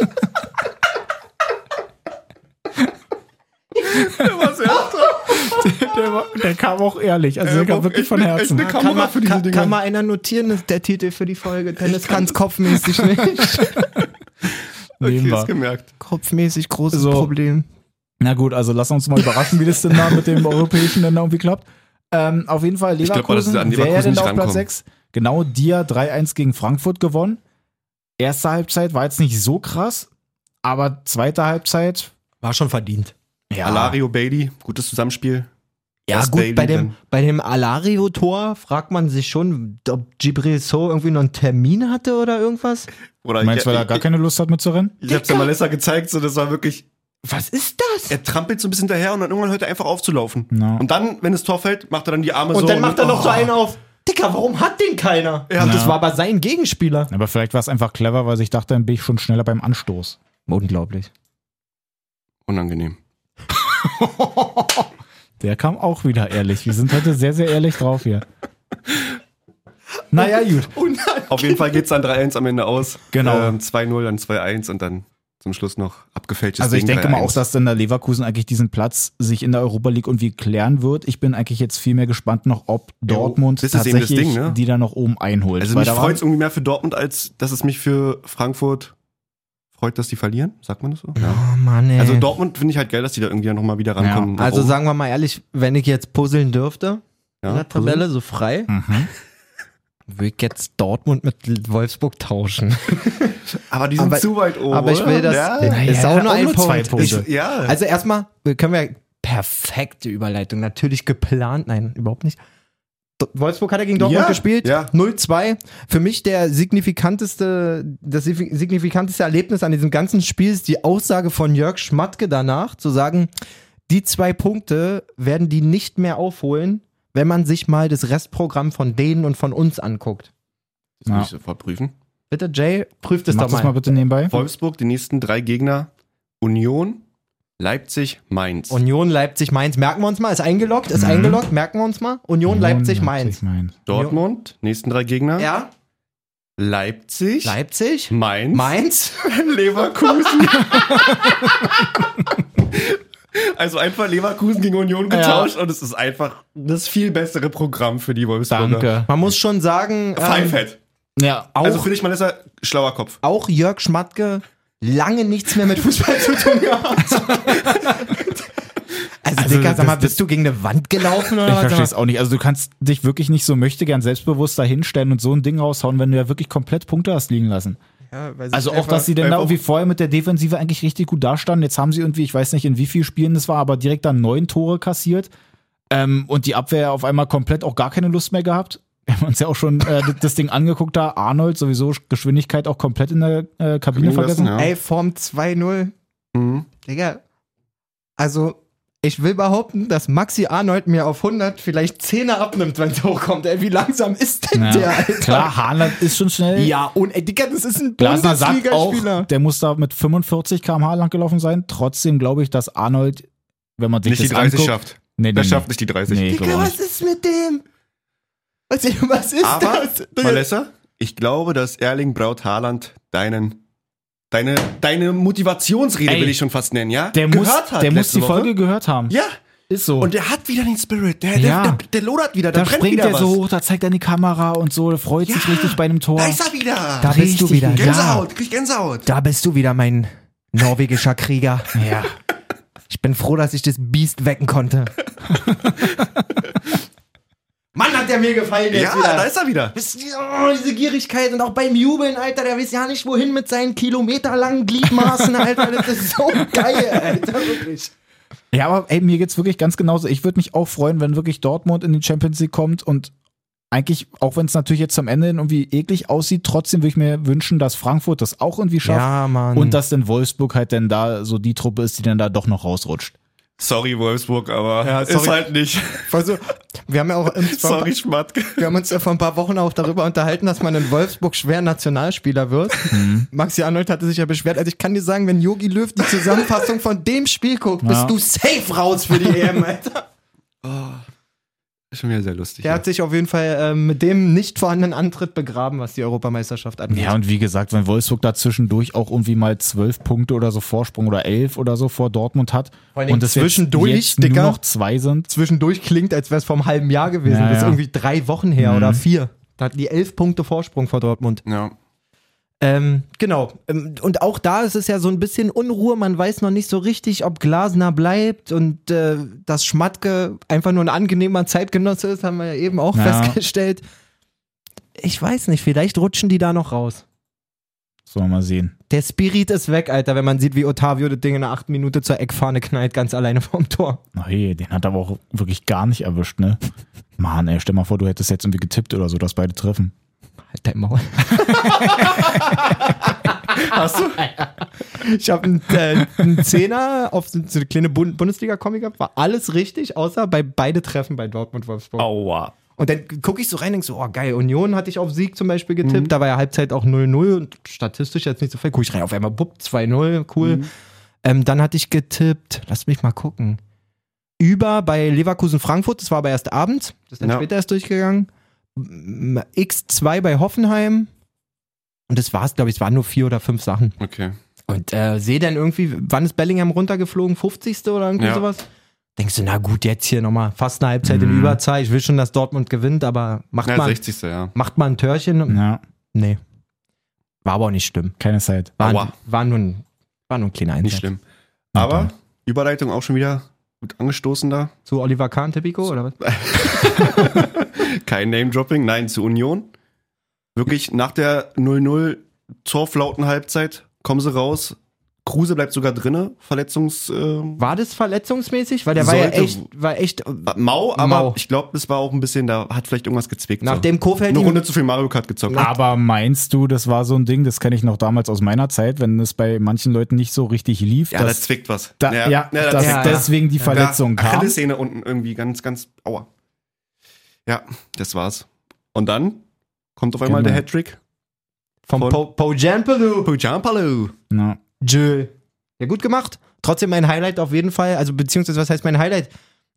D: Der, war- der kam auch ehrlich, also der
B: Äh,
D: kam wirklich von Herzen.
B: Eine Kamera für diese
A: kann,
B: Dinger.
A: kann mal einer notieren, ist der Titel für die Folge. Dennis kann's kopfmäßig nicht.
D: Nehmen
B: okay,
D: wir.
B: ist gemerkt.
A: Kopfmäßig großes
D: So.
A: Problem.
D: Na gut, also lass uns mal überraschen, wie das denn da mit dem europäischen Länder irgendwie klappt. Ähm, auf jeden Fall
B: glaub mal, dass
D: Leverkusen,
B: sie an
D: wer ja
B: Leverkusen
D: denn
B: nicht
D: da auf Platz
B: rankommen.
D: 6? Genau, Dia 3-1 gegen Frankfurt gewonnen. Erste Halbzeit war jetzt nicht so krass, aber zweite Halbzeit,
A: War schon verdient.
D: ja,
B: Alario Bailey, gutes Zusammenspiel.
A: Ja,
B: Erst
A: gut,
B: Bailey,
A: bei dem,
B: dann-
A: bei dem Alario-Tor fragt man sich schon, ob Gibril So irgendwie noch einen Termin hatte oder irgendwas.
B: Oder
D: meinst du, weil er gar keine Lust hat mitzurennen?
B: Ich hab's ja Malessa gezeigt, so das war wirklich.
A: Was ist das?
B: Er trampelt so ein bisschen daher und dann irgendwann hört er einfach auf zu laufen.
D: Ja.
B: Und dann, wenn das Tor fällt, macht er dann die Arme so.
A: Und dann macht er noch so
B: oh.
A: einen auf. Dicker, warum hat den keiner?
B: Ja.
A: Das war aber sein Gegenspieler.
D: Aber vielleicht war es einfach clever, weil ich dachte, dann bin ich schon schneller beim Anstoß.
A: Unglaublich.
B: Unangenehm.
D: Der kam auch wieder ehrlich. Wir sind heute sehr, sehr ehrlich drauf hier. Naja, gut.
B: Auf jeden Fall geht es dann 3-1 am Ende aus.
D: Genau.
B: Ähm, 2-0, dann 2-1 und dann zum Schluss noch abgefälschtes
D: Also ich
B: Ding, halt
D: denke mal
B: 3-1.
D: auch, dass dann der Leverkusen eigentlich diesen Platz sich in der Europa League irgendwie klären wird. Ich bin eigentlich jetzt viel mehr gespannt noch, ob Dortmund
B: das ist eben das
D: tatsächlich
B: Ding, ne?
D: die da noch oben einholt.
B: Also
D: Weil
B: mich
D: da waren-
B: freut es irgendwie mehr für Dortmund, als dass es mich für Frankfurt freut, dass die verlieren. Sagt man das so? Ja.
A: Oh Mann, ey.
B: Also Dortmund finde ich halt geil, dass die da irgendwie nochmal wieder rankommen. nach
A: Also
B: oben.
A: sagen wir mal ehrlich, wenn ich jetzt puzzeln dürfte, in
B: ja.
A: der Tabelle so frei,
D: Mhm.
A: würde ich jetzt Dortmund mit Wolfsburg tauschen.
B: Aber die sind
A: Aber-
B: zu weit oben.
A: aber ich will das-
B: Ja,
A: Nein, Ist auch nur ein
D: zwei
A: Punkt.
D: Punkte.
B: ich, ja.
A: Also erstmal können wir perfekte Überleitung, natürlich geplant, nein, überhaupt nicht. D- Wolfsburg hat er gegen Dortmund
B: Ja,
A: gespielt,
B: ja.
A: 0-2. Für mich der signifikanteste, das sig- signifikanteste Erlebnis an diesem ganzen Spiel ist die Aussage von Jörg Schmatke danach, zu sagen, die zwei Punkte werden die nicht mehr aufholen, wenn man sich mal das Restprogramm von denen und von uns anguckt.
B: das muss
D: Ja.
B: ich sofort prüfen.
A: Bitte, Jay, prüft es
D: Mach
A: doch
D: das
A: mal.
D: mal bitte nebenbei.
B: Wolfsburg, die nächsten drei Gegner: Union, Leipzig, Mainz.
A: Union Leipzig Mainz, merken wir uns mal, ist eingeloggt, ist
D: Mhm.
A: eingeloggt, merken wir uns mal. Union Leipzig Mainz.
D: Mainz.
B: Dortmund, nächsten drei Gegner:
A: Ja,
B: Leipzig,
A: Leipzig,
B: Mainz,
A: Mainz.
B: Leverkusen. also einfach Leverkusen gegen Union getauscht und es ist einfach das viel bessere Programm für die
D: Danke.
B: Wolfsburger.
D: Oh.
A: Man muss schon sagen, ähm,
B: Feinfett.
D: Ja,
A: auch,
B: Also finde ich mal ist er schlauer Kopf.
A: auch Jörg Schmatke lange nichts mehr mit Fußball zu tun gehabt. also,
D: Also,
A: Dicker, sag
D: das-
A: mal,
D: das-
A: bist du gegen eine Wand gelaufen oder
D: Ich
A: was?
D: verstehe es auch nicht. Also du kannst dich wirklich nicht so möchte gern selbstbewusst dahinstellen und so ein Ding raushauen, wenn du ja wirklich komplett Punkte hast liegen lassen.
A: Ja, weil sie
D: Also auch,
A: einfach-
D: dass sie denn da
B: einfach-
D: irgendwie vorher mit der Defensive eigentlich richtig gut dastanden. Jetzt haben sie irgendwie, ich weiß nicht in wie vielen Spielen das war, aber direkt dann neun Tore kassiert. Ähm, und die Abwehr auf einmal komplett auch gar keine Lust mehr gehabt. Wir haben uns ja auch schon äh, das Ding angeguckt da. Arnold sowieso Geschwindigkeit auch komplett in der äh, Kabine
B: Liegen
D: vergessen.
B: lassen, ja.
A: Ey, Form 2-0.
B: Mhm.
A: Digga, also ich will behaupten, dass Maxi Arnold mir auf 100 vielleicht 10er abnimmt, wenn es hochkommt. Ey, wie langsam ist denn
D: Ja.
A: der, Alter?
D: Klar, Haaland ist schon schnell.
A: Ja, und ey, Digga, das ist ein
D: Glasner sagt auch,
A: Bundesligaspieler.
D: der muss da mit 45 km/h lang gelaufen sein. Trotzdem glaube ich, dass Arnold, wenn man sich
B: Nicht die
D: das
B: 30
D: anguckt,
B: schafft.
D: Nee, nee,
B: Der
D: nee.
B: schafft nicht die 30.
D: Nee,
A: Digga,
D: glaube ich.
A: was ist mit dem? Was, was ist
B: Aber,
A: das?
B: Malessa, ich glaube, dass Erling Braut Haaland deinen, deine, deine Motivationsrede
D: Ey.
B: will ich schon fast nennen, ja?
D: Der muss, der muss
B: letzte
D: die
B: Woche.
D: Folge gehört haben.
B: Ja,
D: Ist so.
B: und der hat wieder den Spirit. Der,
D: Ja.
B: der, der, der lodert wieder, der
D: da
B: brennt
D: springt
B: wieder
D: er
B: was.
D: so hoch, da zeigt er in die Kamera und so, der freut sich
B: Ja,
D: richtig bei einem Tor.
B: Da ist er wieder.
A: Da bist du
D: Richtig
A: wieder.
D: gut.
A: Ja,
B: Gänsehaut, krieg Gänsehaut.
A: da bist du wieder, mein norwegischer Krieger.
D: Ja.
A: Ich bin froh, dass ich das Biest wecken konnte. Mann, hat der mir gefallen jetzt
B: ja,
A: wieder.
B: da ist er wieder.
A: Das- oh, diese Gierigkeit und auch beim Jubeln, Alter, der weiß ja nicht wohin mit seinen kilometerlangen Gliedmaßen, Alter. Das ist so geil, Alter, wirklich.
D: Ja, aber ey, mir geht's wirklich ganz genauso. Ich würde mich auch freuen, wenn wirklich Dortmund in die Champions League kommt und eigentlich, auch wenn es natürlich jetzt am Ende hin irgendwie eklig aussieht, trotzdem würde ich mir wünschen, dass Frankfurt das auch irgendwie schafft
A: Mann.
D: und dass denn Wolfsburg halt denn da so die Truppe ist, die dann da doch noch rausrutscht.
B: Sorry, Wolfsburg, aber
A: Ja, sorry.
B: ist halt nicht.
A: Also, wir haben ja auch im
B: Sorry, Schmatke.
A: Wir haben uns ja vor ein paar Wochen auch darüber unterhalten, dass man in Wolfsburg schwer Nationalspieler wird.
D: Mhm.
A: Maxi Arnold hatte sich ja beschwert. Also ich kann dir sagen, wenn Yogi Löw die Zusammenfassung von dem Spiel guckt,
D: Ja.
A: bist du safe raus für die EM, Alter.
B: Ist schon wieder sehr lustig.
A: Der hat sich auf jeden Fall ähm, mit dem nicht vorhandenen Antritt begraben, was die Europameisterschaft angeht.
D: Ja, und wie gesagt, wenn Wolfsburg da zwischendurch auch irgendwie mal zwölf Punkte oder so Vorsprung oder elf oder so vor Dortmund hat
A: Vor allen Dingen
D: und es
A: zwischendurch,
D: jetzt, jetzt
A: Dicker.
D: nur noch zwei sind,
A: Zwischendurch klingt, als wäre es vor einem halben Jahr gewesen.
D: Ja,
A: das ist
D: ja. Mhm.
A: irgendwie drei Wochen her oder vier. Da hatten die elf Punkte Vorsprung vor Dortmund.
B: ja.
A: Ähm, genau. Ähm, Und auch da ist es ja so ein bisschen Unruhe. Man weiß noch nicht so richtig, ob Glasner bleibt und äh, dass Schmatke einfach nur ein angenehmer Zeitgenosse ist, haben wir ja eben auch
D: Ja.
A: festgestellt. Ich weiß nicht, vielleicht rutschen die da noch raus.
D: sollen wir mal sehen.
A: Der Spirit ist weg, Alter, wenn man sieht, wie Otavio das Ding in einer 8 Minute zur Eckfahne knallt, ganz alleine vorm Tor.
D: Ach hey, den hat er aber auch wirklich gar nicht erwischt, ne? Mann, ey, stell mal vor, du hättest jetzt irgendwie getippt oder so, dass beide treffen.
A: Halt dein Maul. Hast du? Ich habe einen, äh, einen Zehner auf so so eine kleine Bund Bundesliga-Kombi gehabt, war alles richtig, außer bei beide Treffen bei Dortmund-Wolfsburg.
B: Aua.
A: Und dann gucke ich so rein und denke so, oh geil, Union hatte ich auf Sieg zum Beispiel
B: Mhm.
A: getippt, da war ja Halbzeit auch 0-0 und statistisch jetzt nicht so viel. Guck ich rein, auf
B: Mhm.
A: einmal, bupp, 2-0, cool. Ähm, dann hatte ich getippt, lass mich mal gucken. über bei Leverkusen Frankfurt, das war aber erst abends, das ist dann
B: Ja.
A: später erst durchgegangen. M- X2 bei Hoffenheim. Und das war's, glaube ich, es waren nur vier oder fünf Sachen.
B: Okay.
A: Und äh, sehe dann irgendwie, wann ist Bellingham runtergeflogen? 50. oder irgendwie
B: Ja.
A: sowas? Denkst du, na gut, jetzt hier nochmal fast eine Halbzeit
B: Mhm.
A: in Überzahl. Ich will schon, dass Dortmund gewinnt, aber macht,
B: Ja,
A: man,
B: 60. Ja.
A: macht man ein Törchen?
D: Ja,
A: Nee. War aber auch nicht schlimm.
D: keine Zeit.
A: War,
B: Aua.
A: war, nur, ein, war nur ein kleiner Einsatz.
B: Nicht schlimm. Aber Überleitung auch schon wieder gut angestoßen da.
A: Zu Oliver Kahn, Tipico, oder was?
B: Kein Name-Dropping, nein, zu Union. Wirklich nach der 0-0 zur Flautenhalbzeit kommen sie raus. Kruse bleibt sogar drinne, Verletzungs... ähm,
A: War das verletzungsmäßig? Weil der war ja
B: Sollte-
A: echt, war echt.
B: mau, aber
A: Mau.
B: ich glaube, das war auch ein bisschen, da hat vielleicht irgendwas gezwickt. so.
A: Nachdem Kofeld
B: Eine
A: ihm,
B: Runde zu viel Mario Kart gezockt. hat.
D: Aber meinst du, das war so ein Ding, das kenne ich noch damals aus meiner Zeit, wenn es bei manchen Leuten nicht so richtig lief?
B: ja, da
D: dass,
B: zwickt was.
D: da, ja,
B: da
D: dass
B: zwickt
A: ja.
B: was.
D: deswegen die Verletzung
B: ja,
D: kam.
B: Achillessehne unten irgendwie ganz, ganz, aua. Ja, das war's. Und dann kommt auf einmal
D: Genau.
B: der Hattrick.
A: vom
B: von-
A: po, po
B: Pujampalu.
D: Ja.
A: Jill. Ja, gut gemacht. Trotzdem mein Highlight auf jeden Fall. Also, beziehungsweise, was heißt mein Highlight?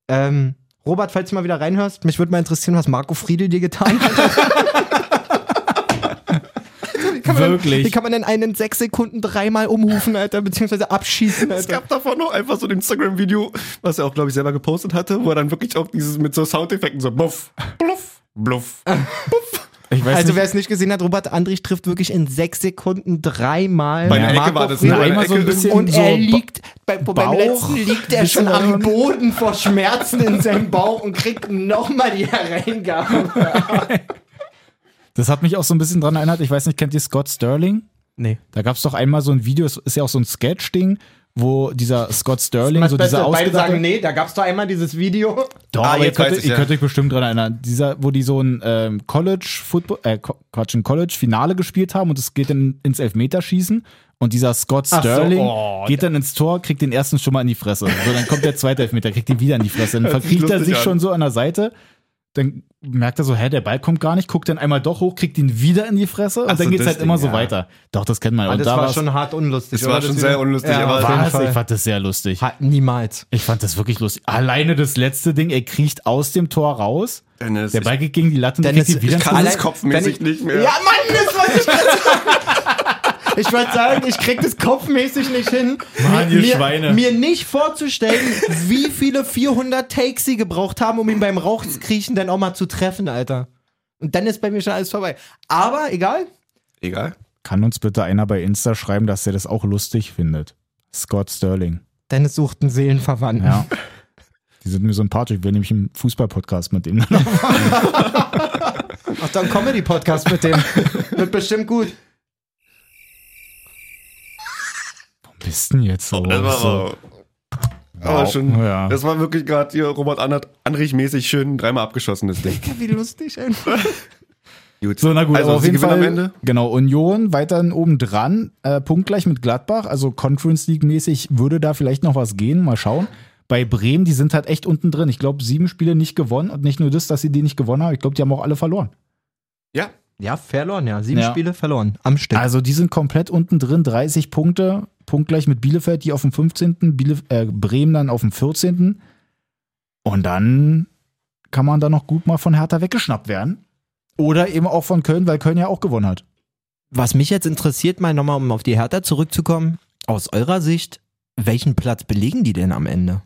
A: Ähm, Robert, falls du mal wieder reinhörst, mich würde mal interessieren, was Marco Friedel dir getan hat. Wie kann man Denn,
D: Wirklich?
A: wie kann man denn einen in sechs Sekunden dreimal umrufen, Alter, beziehungsweise abschießen,
B: Es
A: Alter?
B: gab davon noch einfach so ein Instagram-Video, was er auch, glaube ich, selber gepostet hatte, wo er dann wirklich auch dieses mit so Soundeffekten so buff, bluff, bluff.
A: Äh,
D: Ich weiß
A: Also,
D: nicht,
A: wer es nicht gesehen hat, Robert Andrich trifft wirklich in sechs Sekunden dreimal.
B: Bei einer Ecke
A: Marco
B: war das, ne?
A: Friedel.
B: Bei einer
D: einmal so ein
B: Ecke-
D: bisschen
A: Und
D: so
A: er
D: ba-
A: liegt, bei, beim
D: Bauch,
A: letzten liegt er schon
D: bisschen
A: am
D: an.
A: Boden vor Schmerzen in seinem Bauch und kriegt nochmal die Hereingabe.
D: Das hat mich auch so ein bisschen dran erinnert. Ich weiß nicht, kennt ihr Scott Sterling?
A: Nee.
D: Da gab es doch einmal so ein Video, es ist ja auch so ein Sketch-Ding, wo dieser Scott Sterling,
A: Das
D: so
A: Beste,
D: dieser
A: beide sagen,
D: ausgedachte...
A: nee, da gab's doch einmal dieses Video.
D: Doch,
B: Ah,
D: aber ihr
B: jetzt
D: könnt,
B: weiß ich's,
D: ihr
B: ja.
D: könnt euch bestimmt dran erinnern. Dieser, wo die so ein ähm, College-Football, äh, Co- Quatsch, ein College-Finale gespielt haben und es geht dann ins Elfmeterschießen und dieser Scott
A: Ach so,
D: Sterling
A: oh,
D: geht dann ins Tor, kriegt den ersten schon mal in die Fresse. So, dann kommt der zweite Elfmeter, kriegt ihn wieder in die Fresse. Dann
B: Hört sich
D: verkriecht er
B: lustig
D: sich
B: an.
D: schon so an der Seite. Dann merkt er so, hä, der Ball kommt gar nicht, guckt dann einmal doch hoch, kriegt ihn wieder in die Fresse und
B: Ach
D: dann
B: so,
D: geht's
B: das
D: halt
B: Ding,
D: immer so
B: ja. Ah,
D: weiter. Doch, das kennt man. und
A: das
D: da
A: war
D: war's-
A: schon hart unlustig.
B: Das war
A: oder?
B: schon
A: Das
B: sehr
A: Video?
B: unlustig,
A: Ja,
B: aber-
A: auf jeden
D: Was? Ich
A: Fall.
D: fand das sehr lustig.
A: Ha- Niemals.
D: Ich fand das wirklich lustig. Alleine das letzte Ding, er kriecht aus dem Tor raus.
B: Dennis,
D: Der Ball geht gegen die Latte und
A: Dennis,
D: kriegt ihn wieder
B: ich
D: ins
B: kann
A: Allein-
B: es kopfmäßig
A: wenn ich-
B: nicht mehr.
A: Ja, Mann, das wollte ich gerade sagen. Ich wollte sagen, ich krieg das kopfmäßig nicht hin.
D: Mann,
A: mir,
D: ihr Schweine.
A: Mir nicht vorzustellen, wie viele 400 Takes sie gebraucht haben, um ihn beim Rauchkriechen dann auch mal zu treffen, Alter. Und dann ist bei mir schon alles vorbei. Aber egal.
B: Egal.
D: Kann uns bitte einer bei Insta schreiben, dass er das auch lustig findet? Scott Sterling.
A: Dennis sucht einen Seelenverwandten.
D: Ja. die sind mir sympathisch. Wir nämlich einen Fußball-Podcast mit dem.
A: Ach, dann Comedy-Podcast mit dem. Wird bestimmt gut.
D: bist denn jetzt so?
B: Das war
D: Oh, so.
B: aber, aber schon,
D: Ja.
B: das war wirklich gerade hier Robert Andert- Andrich-mäßig schön dreimal abgeschossenes Ding.
A: Wie lustig einfach.
B: Gut.
D: So, na gut,
B: also
D: aber auf
B: sie
D: jeden
B: gewinnen
D: Fall.
B: am Ende.
D: Genau, Union weiterhin oben dran, äh, punktgleich mit Gladbach, also Conference League-mäßig würde da vielleicht noch was gehen, mal schauen. Bei Bremen, die sind halt echt unten drin. Ich glaube, sieben Spiele nicht gewonnen und nicht nur das, dass sie die nicht gewonnen haben, ich glaube, die haben auch alle verloren.
B: Ja,
A: Ja, verloren, ja. Sieben
D: Ja.
A: Spiele verloren. Am Stück.
D: Also die sind komplett unten drin, 30 Punkte, punktgleich mit Bielefeld, die auf dem 15., Bielef äh, Bremen dann auf dem 14. Und dann kann man da noch gut mal von Hertha weggeschnappt werden. Oder eben auch von Köln, weil Köln ja auch gewonnen hat.
A: Was mich jetzt interessiert, mal nochmal, um auf die Hertha zurückzukommen, aus eurer Sicht, welchen Platz belegen die denn am Ende?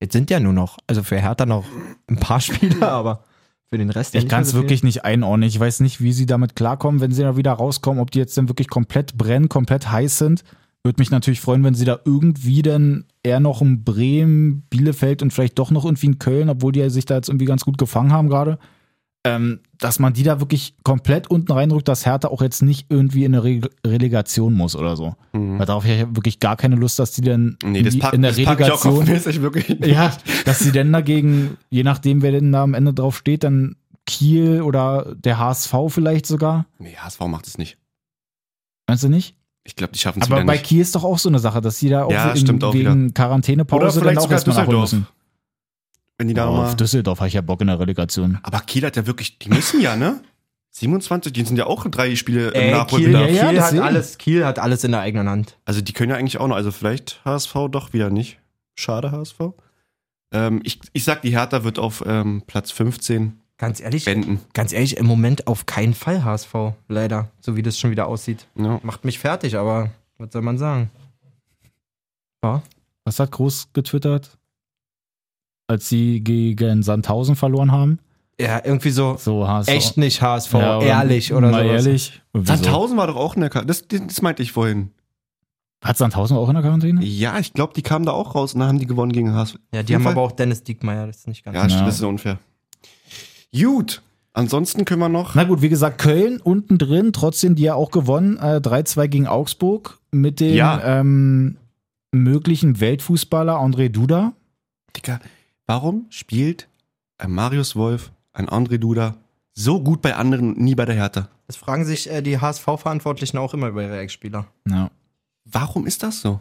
A: Jetzt sind ja nur noch, also für Hertha noch ein paar Spieler, aber für den Rest ja
D: Ich
A: nicht
D: kann
A: mehr
D: es
A: so viel.
D: wirklich nicht einordnen. Ich weiß nicht, wie sie damit klarkommen, wenn sie da wieder rauskommen, ob die jetzt dann wirklich komplett brennen, komplett heiß sind. Würde mich natürlich freuen, wenn sie da irgendwie dann eher noch in Bremen, Bielefeld und vielleicht doch noch irgendwie in Köln, obwohl die ja sich da jetzt irgendwie ganz gut gefangen haben gerade, ähm, dass man die da wirklich komplett unten reinrückt, dass Hertha auch jetzt nicht irgendwie in eine Re Relegation muss oder so.
B: Mhm.
D: Weil darauf habe ich ja wirklich gar keine Lust, dass die dann
B: Hm. nee, das
D: in die-
B: packt,
D: in der
B: das packt ich auch
D: Relegation
B: kopfmäßig wirklich nicht.
D: ja, dass sie denn dagegen, je nachdem, wer denn da am Ende drauf steht, dann Kiel oder der HSV vielleicht sogar.
B: Nee, HSV macht es nicht.
D: Meinst du nicht?
B: Ich glaube, die schaffen es
D: Aber
B: wieder
D: bei
B: nicht.
D: Kiel ist doch auch so eine Sache, dass sie da auch,
B: Ja,
D: so
B: stimmt auch
D: wegen Quarantänepause
B: Oder vielleicht
D: dann auch
B: sogar
D: erstmal nachholen
B: Düsseldorf.
D: müssen.
B: Wenn die da
D: Ja,
B: mal.
D: auf Düsseldorf habe ich ja Bock in der Relegation.
B: Aber Kiel hat ja wirklich, die müssen ja, ne? 27, die sind ja auch drei Spiele im
A: Ey, Äh, Kiel,
B: Nachholbedarf.
D: Äh, ja, ja,
A: Kiel, hat
D: deswegen.
A: alles, Kiel hat alles in der eigenen Hand.
B: Also die können ja eigentlich auch noch, also vielleicht HSV doch wieder nicht. Schade, HSV. Ähm, ich, ich sag, die Hertha wird auf ähm, Platz 15
A: Ganz ehrlich,
B: wenden.
A: ganz ehrlich, im Moment auf keinen Fall HSV, leider, so wie das schon wieder aussieht.
B: Ja.
A: Macht mich fertig, aber was soll man sagen? Ja.
D: Was hat Groß getwittert? Als sie gegen Sandhausen verloren haben?
A: Ja, irgendwie so,
D: So HSV.
A: echt nicht HSV,
D: Ja, aber
A: ehrlich oder
D: mal
A: sowas.
D: ehrlich. Und wieso?
B: Sandhausen war doch auch in der Quarantäne. Das, das meinte ich vorhin.
D: Hat Sandhausen auch in der Quarantäne?
B: Ja, ich glaube, die kamen da auch raus und dann haben die gewonnen gegen HSV.
A: Ja,
B: Auf
A: die
B: jeden
A: haben
B: Fall-
A: aber auch Dennis Diekmeyer, das ist nicht ganz.
B: Ja,
D: Ja.
B: das ist unfair. Gut. Ansonsten können wir noch.
D: Na gut, wie gesagt, Köln unten drin, trotzdem die ja auch gewonnen, äh, 3-2 gegen Augsburg mit dem
B: Ja.
D: ähm, möglichen Weltfußballer André Duda.
B: Dicker, warum spielt ein Marius Wolf, ein André Duda so gut bei anderen und nie bei der Hertha?
A: Das fragen sich äh, die HSV-Verantwortlichen auch immer über ihre Ex-Spieler.
D: Ja.
B: Warum ist das so?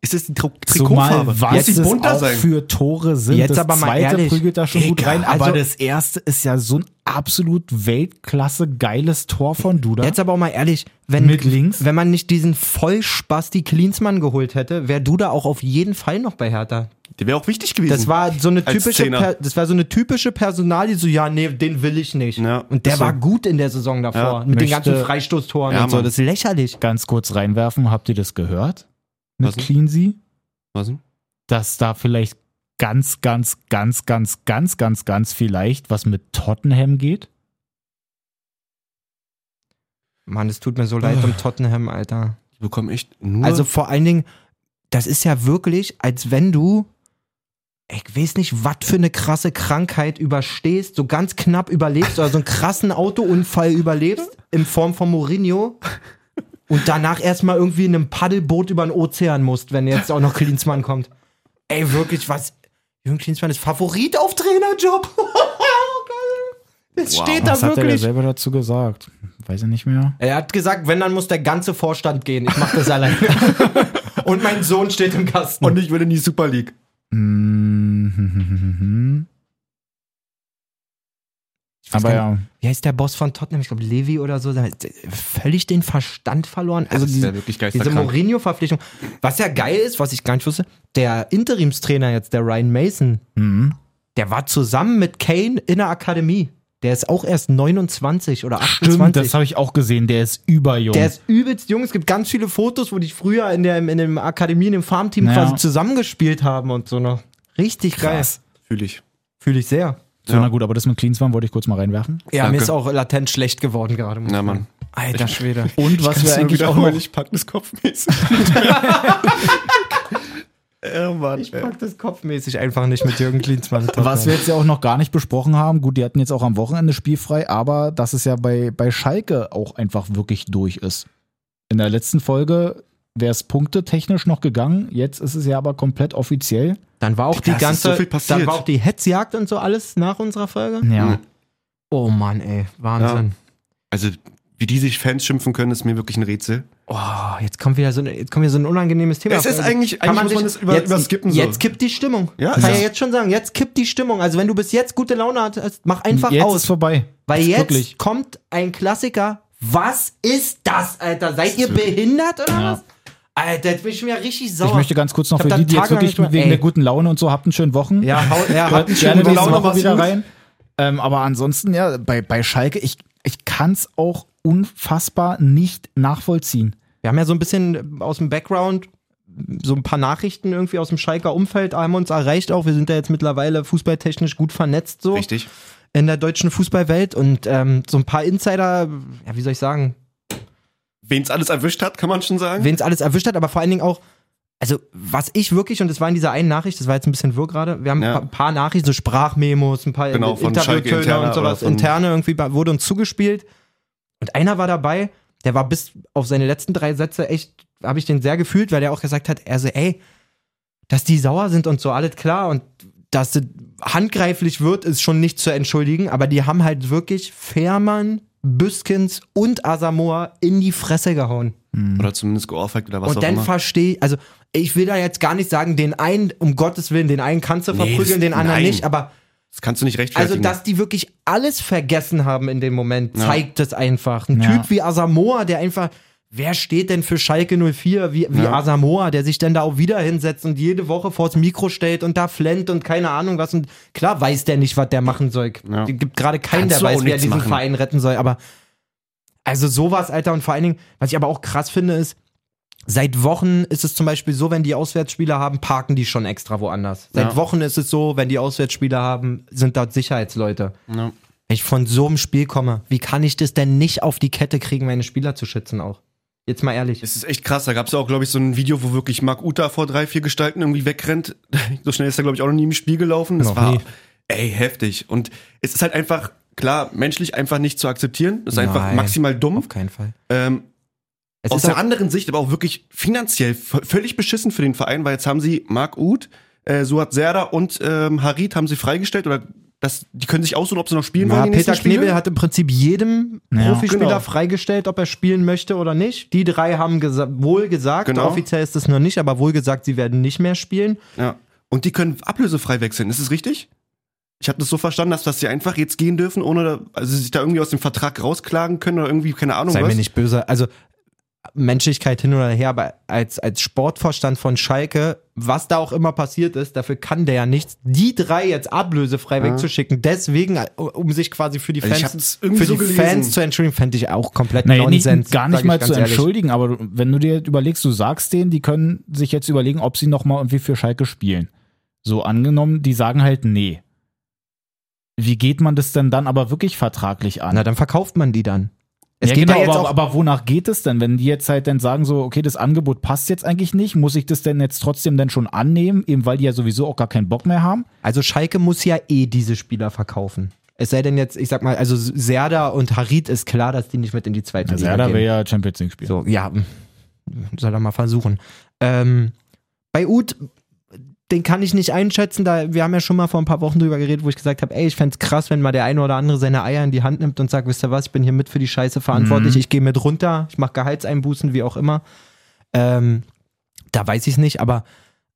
B: Ist es die Tri Trikotfarbe?
D: Zumal was
B: Muss die
D: es auch für Tore sind.
A: Jetzt
D: das
A: aber mal
D: zweite
A: ehrlich,
D: prügelt da schon gut
A: Digga,
D: rein, aber
A: also-
D: das erste ist ja so ein absolut Weltklasse geiles Tor von Duda.
A: Jetzt aber auch mal ehrlich, wenn,
D: Mit links?
A: wenn man nicht diesen Vollspasti Klinsmann geholt hätte, wäre du da auch auf jeden Fall noch bei Hertha.
B: Der wäre auch wichtig gewesen.
A: Das war so eine
B: Als
A: typische,
B: Zehner.
A: per, das war so eine typische Personalie, so ja, nee, den will ich nicht.
B: Ja,
A: und der
B: ist so.
A: war gut in der Saison davor
B: Ja,
A: mit den
D: möchte-
A: ganzen Freistoßtoren
B: Ja,
A: und so.
B: Mann.
A: Das ist lächerlich.
D: Ganz kurz reinwerfen, habt ihr das gehört? Mit
B: Was denn?
D: Cleansy?
B: Was denn?
D: dass da vielleicht ganz, ganz, ganz, ganz, ganz, ganz, ganz vielleicht was mit Tottenham geht?
A: Mann, es tut mir so leid um Tottenham, Alter.
B: Die bekommen echt nur.
A: Also vor allen Dingen, das ist ja wirklich, als wenn du, ich weiß nicht, was für eine krasse Krankheit überstehst, so ganz knapp überlebst oder so einen krassen Autounfall überlebst in Form von Mourinho und danach erstmal irgendwie in einem Paddelboot über den Ozean musst, wenn jetzt auch noch Klinsmann kommt. Ey, wirklich, was? Jürgen Klinsmann ist Favorit auf Trainerjob. Oh, geil. Das
B: Wow.
A: steht da
D: Was hat er da
A: wirklich.
D: selber dazu gesagt? Weiß ich nicht mehr.
A: Er hat gesagt, wenn, dann muss der ganze Vorstand gehen. Ich mache das alleine. Und mein Sohn steht im Kasten.
B: und ich will in die Super League.
D: Mhm.
A: weiß
D: Aber
A: gar
D: ja,
A: Wie heißt der Boss von Tottenham? Ich glaube, Levi oder so. Der hat völlig den Verstand verloren. Also
B: das ist ja
A: diese,
B: wirklich
A: diese
B: geisterkrank.
A: Mourinho-Verpflichtung. Was ja geil ist, was ich gar nicht wusste, der Interimstrainer jetzt, der Ryan Mason,
D: mhm.
A: der war zusammen mit Kane in der Akademie. Der ist auch erst 29 oder 28.
D: stimmt, das habe ich auch gesehen. Der ist überjung.
A: Der ist übelst jung. Es gibt ganz viele Fotos, wo die früher in der in dem Akademie, in dem Farmteam
D: Ja.
A: quasi zusammengespielt haben und so noch. Richtig
D: Krass.
B: Fühle ich.
A: geil. Fühle ich sehr.
D: so, na gut, aber das mit Cleansman wollte ich kurz mal reinwerfen.
A: Ja,
B: Danke.
A: mir ist auch latent schlecht geworden gerade. muss
B: Na,
A: ich
B: Mann.
A: sagen. Alter Schwede.
D: Und was wir eigentlich auch noch,
B: Ich pack das kopfmäßig. oh Mann.
A: Ich pack das kopfmäßig einfach nicht mit Jürgen Klinsmann.
D: was wir jetzt ja auch noch gar nicht besprochen haben, gut, die hatten jetzt auch am Wochenende spielfrei, aber dass es ja bei, bei Schalke auch einfach wirklich durch ist. In der letzten Folge wäre es punktetechnisch noch gegangen, jetzt ist es ja aber komplett offiziell.
A: Dann war auch die
B: Digga, es ist
A: ganze,
B: so viel passiert.
A: dann war auch die Hetzjagd und so alles nach unserer Folge.
D: Ja.
A: Oh Mann, ey, Wahnsinn.
B: Also, wie die sich Fans schimpfen können, ist mir wirklich ein Rätsel.
A: Oh, jetzt kommt wieder so ein, jetzt kommt wieder so ein unangenehmes Thema.
B: Es ist eigentlich- eigentlich muss man das über- überskippen, so.
A: Jetzt kippt die Stimmung.
B: Ja,
A: kann
B: es
A: ja
B: ist-
A: jetzt schon sagen. Jetzt kippt die Stimmung. Also wenn du bis jetzt gute Laune hattest, mach einfach
D: jetzt
A: aus.
D: ist vorbei.
A: Weil
D: Ist
A: jetzt
D: wirklich.
A: kommt ein Klassiker. Was ist das, Alter? Seid ihr
B: ist wirklich-
A: behindert oder
D: Ja.
A: was? Alter, jetzt bin ich schon wieder richtig sauer.
D: Ich möchte ganz kurz noch
A: Ich hab
D: für
A: da
D: die, die jetzt
A: tagelang nicht
D: wirklich
A: mehr-
D: wegen
A: ey.
D: der guten Laune und so, habt einen schönen Wochen.
A: ja, hau, ja, halt
D: Hört
A: hat einen
D: gerne
A: schönen
D: nächste
A: Laune.
D: Woche
A: was
D: wieder
A: gut.
D: rein. Ähm, aber ansonsten, ja, bei, bei Schalke, ich, ich kann es auch unfassbar nicht nachvollziehen.
A: Wir haben ja so ein bisschen äh, aus dem Background so ein paar Nachrichten irgendwie aus dem Schalker Umfeld haben uns erreicht auch. Wir sind ja jetzt mittlerweile fußballtechnisch gut vernetzt so
B: Richtig.
A: in der deutschen Fußballwelt und ähm, so ein paar Insider, ja wie soll ich sagen,
B: Wen es alles erwischt hat, kann man schon sagen.
A: wen es alles erwischt hat, aber vor allen Dingen auch, also was ich wirklich, und das war in dieser einen Nachricht, das war jetzt ein bisschen wirr gerade, wir haben
B: Ja.
A: ein paar Nachrichten, so Sprachmemos, ein paar
B: Genau, von Schalke
A: Interviewtöne
B: interner
A: und
B: oder
A: sowas,
B: von-
A: interne irgendwie bei- wurde uns zugespielt. Und einer war dabei, der war bis auf seine letzten drei Sätze echt, habe ich den sehr gefühlt, weil der auch gesagt hat, er so, ey, dass die sauer sind und so, alles klar und dass das handgreiflich wird, ist schon nicht zu entschuldigen, aber die haben halt wirklich Fährmann, Büskens und Asamoah in die Fresse gehauen.
B: Oder zumindest geohrfeigt oder was auch
A: Und dann
B: immer.
A: verstehe ich, also ich will da jetzt gar nicht sagen, den einen, um Gottes Willen, den einen kannst du
B: Nee,
A: verprügeln,
B: das-
A: den anderen
B: nein.
A: nicht, aber
B: Das kannst du nicht rechtfertigen.
A: also, dass die wirklich alles vergessen haben in dem Moment, zeigt es einfach. Ein
D: Ja.
A: Typ wie Asamoah, der einfach, wer steht denn für Schalke 04 wie, wie
B: Ja.
A: Asamoah, der sich denn da auch wieder hinsetzt und jede Woche vors Mikro stellt und da flennt und keine Ahnung was. Und klar weiß der nicht, was der machen soll.
B: Ja.
A: Es gibt gerade keinen,
B: Kannst
A: der
B: du auch
A: weiß, wer
B: nichts
A: diesen
B: machen.
A: Verein retten soll. Aber also sowas, Alter. Und vor allen Dingen, was ich aber auch krass finde, ist, Seit Wochen ist es zum Beispiel so, wenn die Auswärtsspieler haben, parken die schon extra woanders. Seit
B: Ja.
A: Wochen ist es so, wenn die Auswärtsspieler haben, sind dort Sicherheitsleute.
B: Ja.
A: Wenn ich von so einem Spiel komme, wie kann ich das denn nicht auf die Kette kriegen, meine Spieler zu schützen auch? Jetzt mal ehrlich.
B: Es ist echt krass. Da gab es ja auch, glaube ich, so ein Video, wo wirklich Marc Uta vor drei, vier Gestalten irgendwie wegrennt. So schnell ist er, glaube ich, auch noch nie im Spiel gelaufen. Das
A: Noch
B: war,
A: nie.
B: ey, heftig. Und es ist halt einfach, klar, menschlich einfach nicht zu akzeptieren. Das ist einfach
A: Nein.
B: maximal dumm.
A: auf keinen Fall.
B: Ähm,
A: Es
B: aus
A: ist
B: der
A: auch,
B: anderen Sicht aber auch wirklich finanziell v- völlig beschissen für den Verein, weil jetzt haben sie Marc Uth, äh, Suat Serda und ähm, Harit haben sie freigestellt oder das, die können sich aussuchen, ob sie noch spielen
A: ja,
B: wollen. die nächsten
A: Peter
B: Spiele.
A: Knebel hat im Prinzip jedem
D: Ja.
A: Profispieler
B: Genau.
A: freigestellt, ob er spielen möchte oder nicht. Die drei haben gesa wohl gesagt,
B: Genau.
A: offiziell ist es noch nicht, aber wohl gesagt, sie werden nicht mehr spielen.
B: Ja. Und die können ablösefrei wechseln, ist es richtig? Ich habe das so verstanden, dass, dass sie einfach jetzt gehen dürfen, ohne da- also sich da irgendwie aus dem Vertrag rausklagen können oder irgendwie, keine Ahnung
A: Sei
B: was.
A: mir nicht böse. Also Menschlichkeit hin oder her, aber als, als Sportvorstand von Schalke, was da auch immer passiert ist, dafür kann der ja nichts. Die drei jetzt ablösefrei wegzuschicken, deswegen, um sich quasi für die
B: Also ich
A: Fans,
B: hab's irgendwie
A: für
B: so
A: die
B: gelesen.
A: Fans zu entschuldigen, fände ich auch komplett
D: Naja, nicht,
A: Nonsens.
D: gar
A: sag
D: nicht
A: ich
D: mal
A: ganz
D: zu
A: ehrlich.
D: entschuldigen, aber du- wenn du dir überlegst, du sagst denen, die können sich jetzt überlegen, ob sie nochmal irgendwie für Schalke spielen. So angenommen, die sagen halt nee. Wie geht man das denn dann aber wirklich vertraglich an?
A: Na, dann verkauft man die dann. Es
D: ja,
A: geht
D: genau,
A: ja jetzt
D: aber,
A: auch,
D: aber wonach geht es denn, wenn die jetzt halt dann sagen so, okay, das Angebot passt jetzt eigentlich nicht, muss ich das denn jetzt trotzdem denn schon annehmen, eben weil die ja sowieso auch gar keinen Bock mehr haben?
A: Also Schalke muss ja eh diese Spieler verkaufen. Es sei denn jetzt, ich sag mal, also Serda und Harit ist klar, dass die nicht mit in die zweite
D: Also ja,
A: Liga
D: da
A: gehen.
D: will ja Champions League spielen.
A: So, ja, hm, soll er mal versuchen. Ähm, bei Uth, den kann ich nicht einschätzen. Da, wir haben ja schon mal vor ein paar Wochen drüber geredet, wo ich gesagt habe, ey, ich fänd's krass, wenn mal der eine oder andere seine Eier in die Hand nimmt und sagt, wisst ihr was, ich bin hier mit für die Scheiße verantwortlich, ich gehe mit runter, ich mache Gehaltseinbußen, wie auch immer. Ähm, da weiß ich nicht, aber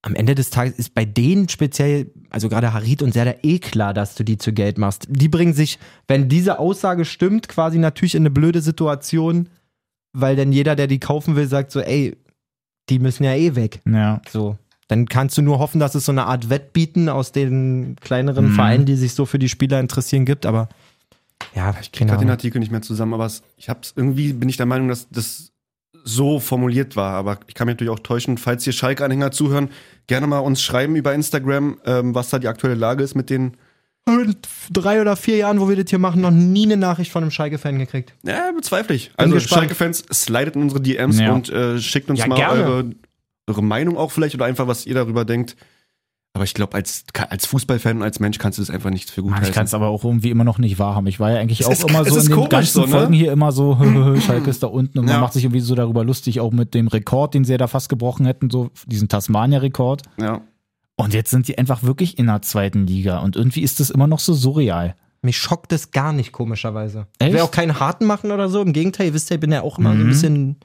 A: am Ende des Tages ist bei denen speziell, also gerade Harit und Serdar eh klar, dass du die zu Geld machst. Die bringen sich, wenn diese Aussage stimmt, quasi natürlich in eine blöde Situation, weil dann jeder, der die kaufen will, sagt so, ey, die müssen ja eh weg.
D: Ja.
A: So. Dann kannst du nur hoffen, dass es so eine Art Wettbieten aus den kleineren
D: Mhm.
A: Vereinen, die sich so für die Spieler interessieren, gibt, aber ja, ich
B: Ich
A: keine
B: hab den
A: Ahnung.
B: Artikel nicht mehr zusammen, aber es, ich hab's, irgendwie bin ich der Meinung, dass das so formuliert war. Aber ich kann mich natürlich auch täuschen. Falls hier Schalke-Anhänger zuhören, gerne mal uns schreiben über Instagram, ähm, was da die aktuelle Lage ist mit den.
A: In drei oder vier Jahren, wo wir das hier machen, noch nie eine Nachricht von einem Schalke-Fan gekriegt.
B: Ja, bezweifle ich. Also
A: gespannt.
B: Schalke-Fans, slidet in unsere DMs
D: Ja.
B: und äh, schickt uns
A: Ja,
B: mal
A: gerne.
B: eure, eure Meinung auch vielleicht oder einfach, was ihr darüber denkt. Aber ich glaube, als, als Fußballfan und als Mensch kannst du das einfach nicht
A: Ah,
B: für gut
D: Mann, ich kann es
B: heißen.
D: aber auch irgendwie immer noch nicht wahrhaben. Ich war ja eigentlich
B: Es
D: auch
B: ist-
D: immer
B: es
D: so
B: ist
D: in den
B: komisch
D: ganzen
B: so, ne? Mhm.
D: Folgen hier immer so, hö, hö, hö, Schalke ist da unten und man
B: Ja.
D: macht sich irgendwie so darüber lustig, auch mit dem Rekord, den sie ja da fast gebrochen hätten, so diesen Tasmania-Rekord.
B: Ja.
D: Und jetzt sind die einfach wirklich in der zweiten Liga und irgendwie ist das immer noch so surreal.
A: Mich schockt das gar nicht, komischerweise.
D: Echt?
A: Ich will auch keinen Harten machen oder so. Im Gegenteil, ihr wisst ja, ich bin ja auch immer so ein
D: Mhm.
A: bisschen.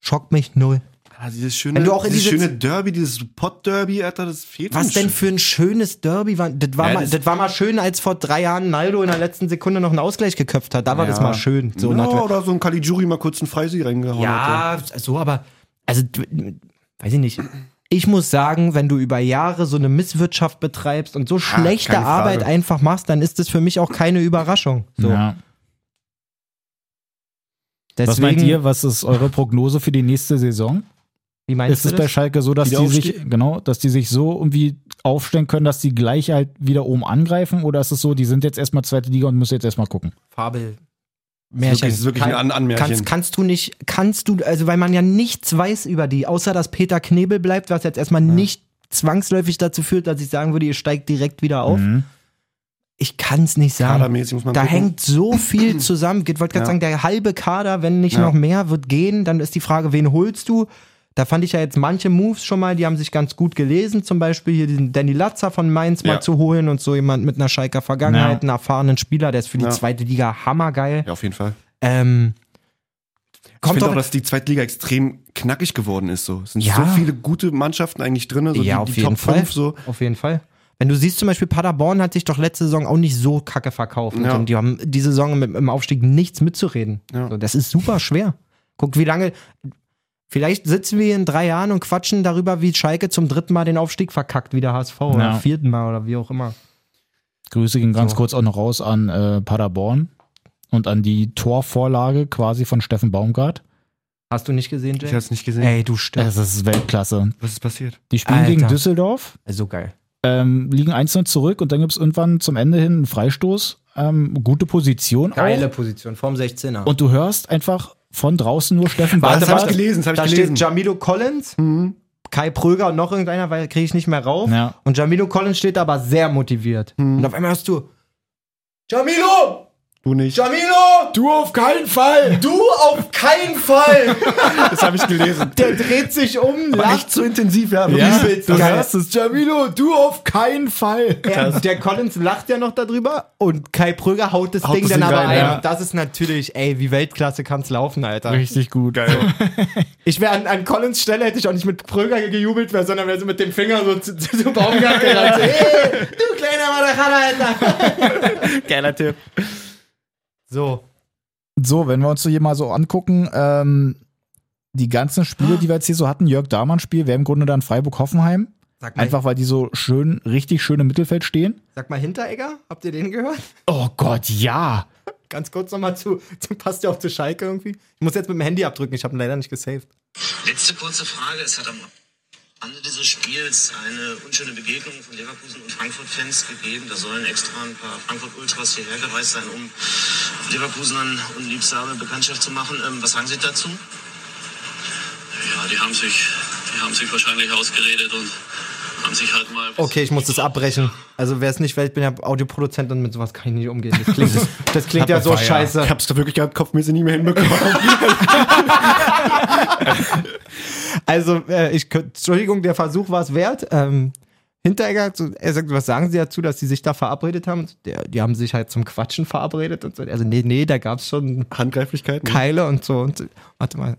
A: Schockt mich null.
B: Ah, dieses schöne,
A: Wenn du auch in
B: dieses
A: diese-
B: schöne Derby, dieses Pott-Derby, Alter, das fehlt
A: Was
B: uns
A: denn
B: schon.
A: für ein schönes Derby? war- Das war,
B: Ja,
A: mal,
B: das-
A: das war mal schön, als vor drei Jahren Naldo in der letzten Sekunde noch einen Ausgleich geköpft hat. Da war das
B: Ja.
A: mal schön. So
B: ja,
A: nach-
B: oder so ein Caligiuri mal kurz einen Freisieg reingehauen hatte.
A: Ja, so, aber, also, d- weiß ich nicht. Ich muss sagen, wenn du über Jahre so eine Misswirtschaft betreibst und so schlechte
B: keine Frage.
A: Arbeit einfach machst, dann ist das für mich auch keine Überraschung. So.
D: Ja.
A: Deswegen,
D: Was meint ihr, was ist eure Prognose für die nächste Saison?
A: Wie
D: Ist
A: meinst
D: es
A: du
D: bei
A: das?
D: Schalke so, dass
B: Wieder
D: die sich
B: aufstehen?
D: genau, dass die sich so irgendwie aufstellen können, dass die gleich halt wieder oben angreifen oder ist es so, die sind jetzt erstmal zweite Liga und müssen jetzt erstmal gucken?
A: Fabel.
B: Wirklich, ist wirklich ein An Anmärchen.
A: Kannst, kannst du nicht, kannst du, also weil man ja nichts weiß über die, außer dass Peter Knebel bleibt, was jetzt erstmal nicht zwangsläufig dazu führt, dass ich sagen würde, ihr steigt direkt wieder auf.
D: Mhm.
A: Ich kann es nicht sagen.
B: Kadermäßig muss man
A: Da
B: gucken.
A: hängt so viel zusammen. Ich wollte gerade
B: Ja.
A: sagen, der halbe Kader, wenn nicht
B: Ja.
A: noch mehr, wird gehen. Dann ist die Frage, wen holst du? Da fand ich ja jetzt manche Moves schon mal, die haben sich ganz gut gelesen. Zum Beispiel hier diesen Danny Latzer von Mainz mal
B: Ja.
A: zu holen und so jemand mit einer Schalker Vergangenheit,
D: Ja.
A: einen erfahrenen Spieler, der ist für die
B: Ja.
A: zweite Liga hammergeil.
B: Ja, auf jeden Fall.
A: Ähm,
B: ich
A: kommt
B: finde auch,
A: doch,
B: dass die Zweitliga extrem knackig geworden ist. So. Es sind
A: Ja.
B: so viele gute Mannschaften eigentlich drin, so
A: ja,
B: die,
A: auf
B: die
A: jeden
B: Top
A: Fall.
B: 5 so.
A: Auf jeden Fall. Wenn du siehst, zum Beispiel Paderborn hat sich doch letzte Saison auch nicht so kacke verkauft.
B: Ja.
A: Und die haben die Saison mit, im Aufstieg nichts mitzureden.
B: Ja.
A: So, das ist super schwer. Guck, wie lange. Vielleicht sitzen wir in drei Jahren und quatschen darüber, wie Schalke zum dritten Mal den Aufstieg verkackt, wie der HSV
D: Ja.
A: oder vierten Mal oder wie auch immer.
D: Grüße gehen ganz
A: So.
D: kurz auch noch raus an äh, Paderborn und an die Torvorlage quasi von Steffen Baumgart.
A: Hast du nicht gesehen,
B: Ich
A: Jay?
B: hab's Äh. nicht gesehen.
A: Ey, du stirbst.
D: Das ist Weltklasse.
B: Was ist passiert?
D: Die spielen gegen
A: Alter.
D: Düsseldorf,
A: äh, So geil.
D: ähm, liegen 1-0 zurück und dann gibt es irgendwann zum Ende hin einen Freistoß. Ähm, gute Position
A: Geile
B: Oh.
D: auch.
A: Position, vorm 16er.
D: Und du hörst einfach von draußen nur Steffen
A: Warte,
B: das habe
A: warte.
B: ich gelesen, das habe
A: da
B: ich
A: steht
B: gelesen. Mhm.
A: Jamilo Collins, Kai Pröger und noch irgendeiner, weil kriege ich nicht mehr rauf.
D: Ja.
A: Und Jamilo Collins steht aber sehr motiviert. Und auf einmal hörst du Jamilo!
B: du nicht.
A: Jamilo!
B: Du auf keinen Fall!
A: Du auf keinen Fall!
B: Das habe ich gelesen.
A: Der dreht sich um,
B: Aber
A: lacht.
B: nicht zu intensiv, ja.
D: Ja,
B: wirklich.
D: du
A: geil.
D: hörst es, Jamilo, du auf keinen Fall.
A: Er, der Collins lacht ja noch darüber und Kai Pröger haut das
B: Haut
A: Ding
B: das
A: dann
B: Ding
A: aber
B: rein,
A: ein.
B: ja.
A: Und das ist natürlich, ey, wie Weltklasse kann's laufen, Alter.
D: Richtig gut.
B: Geil.
A: Ich wäre an, an Collins Stelle hätte ich auch nicht mit Pröger gejubelt, wär, sondern wäre so mit dem Finger so zu, zu, zu Baumgart gerannt. hey, du kleiner Malachan, Alter!
B: Geiler Tipp.
A: So.
D: So, wenn wir uns so hier mal so angucken, ähm, die ganzen Spiele, die wir jetzt hier so hatten, Jörg Dahmann-Spiel, wäre im Grunde dann Freiburg-Hoffenheim.
A: Sag mal,
D: Einfach weil die so schön, richtig schön im Mittelfeld stehen.
A: sag mal Hinteregger, habt ihr den gehört?
D: Oh Gott, ja.
A: Ganz kurz nochmal zu, zu, passt ja auch zu Schalke irgendwie. Ich muss jetzt mit dem Handy abdrücken, ich habe ihn leider nicht gesaved.
E: Letzte kurze Frage. Es hat am Ende dieses Spiels eine unschöne Begegnung von Leverkusen und Frankfurt-Fans gegeben. Da sollen extra ein paar Frankfurt-Ultras hierher gereist sein, um Leverkusenern unliebsame Bekanntschaft zu machen. Ähm, was sagen Sie dazu?
F: Ja, die haben sich, die haben sich wahrscheinlich ausgeredet und haben sich halt mal.
A: Okay, ich muss das abbrechen. Also wer es nicht will, ich bin ja Audioproduzent und mit sowas kann ich nicht umgehen. Das klingt, das klingt ja so scheiße.
B: Ich hab's doch wirklich gerade kopfmäßig nicht mehr hinbekommen.
A: Also, äh, ich, könnt- Entschuldigung, der Versuch war es wert. Ähm, Hinteregger, hat so, er sagt, was sagen Sie dazu, dass Sie sich da verabredet haben? Der, die haben sich halt zum Quatschen verabredet und so. Also, nee, nee, da gab es schon
B: Handgreiflichkeiten.
D: Hm.
A: Keile und so. Und so. Warte mal,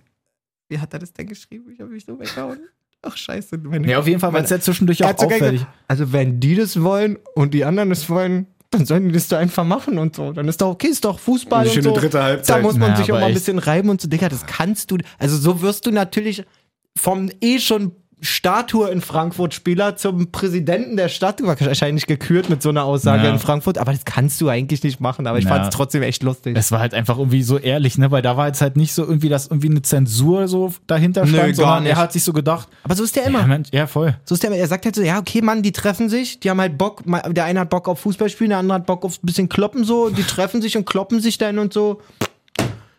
A: wie hat er das denn geschrieben? Ich habe mich so weggehauen. Ach, scheiße. Meine,
D: Ja, auf jeden Fall, weil es ja zwischendurch
A: Er
D: auch
A: hat sogar
D: auffällig.
A: gesagt, also, wenn die das wollen und die anderen das wollen, dann sollen die das doch einfach machen und so. Dann ist doch okay, ist doch Fußball.
B: Eine
A: und
B: schöne
A: so.
B: dritte
A: Da
B: Halbzeit.
A: muss man
D: Ja,
A: sich auch
D: aber
A: mal ein
D: echt.
A: bisschen reiben und so, Digga, das kannst du. Also so wirst du natürlich vom eh schon Statue in Frankfurt Spieler zum Präsidenten der Stadt wahrscheinlich gekürt mit so einer Aussage
D: Ja.
A: in Frankfurt, aber das kannst du eigentlich nicht machen, aber ich
D: Ja.
A: fand's trotzdem echt lustig.
D: Es war halt einfach irgendwie so ehrlich, ne? Weil da war jetzt halt nicht so irgendwie, dass irgendwie eine Zensur so dahinter
A: Nö,
D: stand,
A: gar
D: sondern
A: nicht.
D: er hat sich so gedacht,
A: aber so ist der immer.
D: ja, Mensch, ja voll.
A: So ist der, immer. er sagt halt so, ja, okay, Mann, die treffen sich, die haben halt Bock, mal- der eine hat Bock auf Fußball spielen, der andere hat Bock auf ein bisschen kloppen so, die treffen sich und kloppen sich dann und so.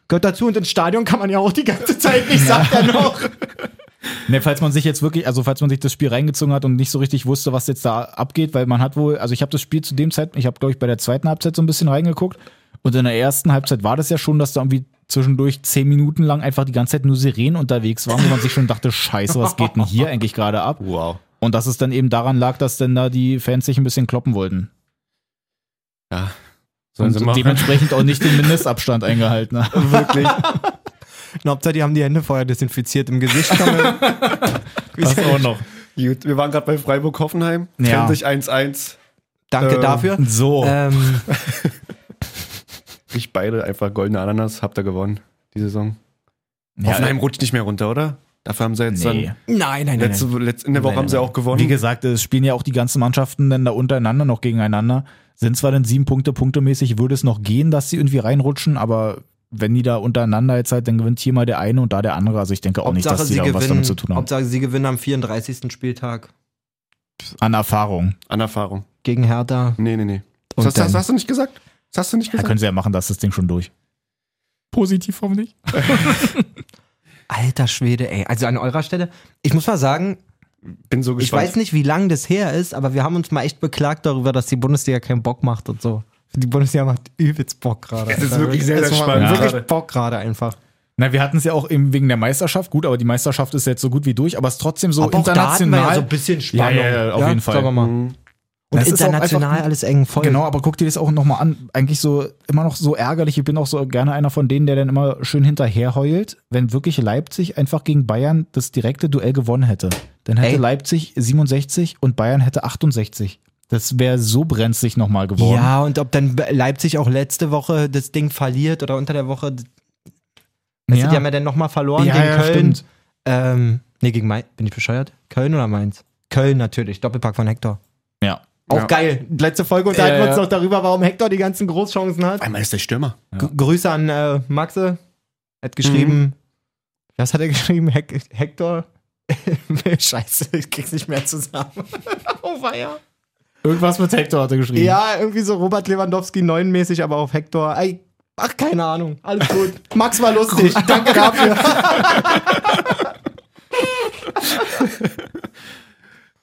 A: Gehört dazu und ins Stadion kann man ja auch die ganze Zeit nicht, sagt er noch.
D: Ne, falls man sich jetzt wirklich, also falls man sich das Spiel reingezogen hat und nicht so richtig wusste, was jetzt da abgeht, weil man hat wohl, also ich habe das Spiel zu dem Zeitpunkt, ich habe glaube ich bei der zweiten Halbzeit so ein bisschen reingeguckt und in der ersten Halbzeit war das ja schon, dass da irgendwie zwischendurch zehn Minuten lang einfach die ganze Zeit nur Sirenen unterwegs waren, wo man sich schon dachte, scheiße, was geht denn hier eigentlich gerade ab?
B: Wow.
D: Und dass es dann eben daran lag, dass dann da die Fans sich ein bisschen kloppen wollten.
B: Ja. Sollen
D: Und
B: sie machen.
D: dementsprechend auch nicht den Mindestabstand eingehalten haben.
B: Wirklich.
A: Na, Hauptsache, die haben die Hände vorher desinfiziert im Gesicht.
D: Das auch noch.
B: Gut, wir waren gerade bei Freiburg-Hoffenheim.
D: Ja.
B: Trennt sich 1-1.
A: Danke
B: Ähm,
A: dafür.
D: So.
A: Ähm,
B: Ich beide einfach goldene Ananas. Habt ihr gewonnen, die Saison.
D: Ja, äh,
B: Hoffenheim rutscht nicht mehr runter, oder? Dafür haben sie jetzt
D: nee.
B: dann.
A: nein, nein, nein.
B: Letzte,
A: nein.
B: letzt- in der Woche
D: Nein,
B: haben sie
D: nein.
B: auch gewonnen.
D: Wie gesagt, es spielen ja auch die ganzen Mannschaften dann da untereinander noch gegeneinander. Sind zwar dann sieben Punkte punktemäßig, würde es noch gehen, dass sie irgendwie reinrutschen, aber wenn die da untereinander jetzt halt, dann gewinnt hier mal der eine und da der andere. Also ich denke auch nicht, dass die da was damit zu tun haben.
A: Hauptsache, sie gewinnen am 34. Spieltag
D: An Erfahrung.
B: An Erfahrung.
A: gegen Hertha.
B: Nee, nee, nee.
A: Und
B: Das, das,
A: dann-
B: das hast du nicht gesagt. Das hast du nicht
D: Da
B: gesagt.
D: können sie ja machen, dass das Ding schon durch. Positiv hoffentlich.
A: Alter Schwede, ey. Also an eurer Stelle, ich muss mal sagen,
B: Bin so
A: ich
B: gespannt.
A: weiß nicht, wie lang das her ist, aber wir haben uns mal echt beklagt darüber, dass die Bundesliga keinen Bock macht und so. Die Bundesliga macht übelst Bock gerade.
B: Es ist
A: Alter.
B: wirklich sehr,
A: Es
B: sehr
A: macht
B: spannend
A: Wirklich
B: gerade.
A: Bock gerade einfach.
D: Na, wir hatten es ja auch eben wegen der Meisterschaft. Gut, aber die Meisterschaft ist jetzt so gut wie durch, aber es ist trotzdem so
A: Aber auch da hatten wir
D: international.
A: ja so ein bisschen Spannung.
D: Ja, ja, ja, auf jeden Fall.
A: Sagen wir mal.
B: Mhm.
A: Und
D: Das ist auch
A: international
D: einfach-
A: alles eng voll.
D: Genau, aber guck dir das auch nochmal an. Eigentlich so immer noch so ärgerlich. Ich bin auch so gerne einer von denen, der dann immer schön hinterher heult, wenn wirklich Leipzig einfach gegen Bayern das direkte Duell gewonnen hätte. Dann hätte
A: Ey.
D: Leipzig 67 und Bayern hätte 68. Das wäre so brenzlig nochmal geworden.
A: Ja, und ob dann Leipzig auch letzte Woche das Ding verliert oder unter der Woche, Weißt
D: Ja.
A: du, die haben ja dann nochmal verloren
D: Ja,
A: gegen
D: ja,
A: Köln.
D: stimmt.
A: Ähm, nee, gegen Mainz. Bin ich bescheuert? Köln oder Mainz? Köln natürlich. Doppelpack von Hector.
D: Ja.
A: Auch
B: Ja.
A: geil. Letzte Folge unterhalten
D: Ja,
A: wir uns
D: ja.
A: noch darüber, warum Hector die ganzen Großchancen hat.
B: Einmal ist der Stürmer.
A: G Grüße an äh, Maxe. Hat geschrieben. Was hat er geschrieben? Hec Hector? Scheiße, ich krieg's nicht mehr zusammen. oh, weia.
D: Irgendwas mit Hector hat er geschrieben.
A: Ja, irgendwie so Robert Lewandowski 9-mäßig, aber auf Hector. Ey, ach, keine Ahnung. Alles gut. Max war lustig. Danke dafür.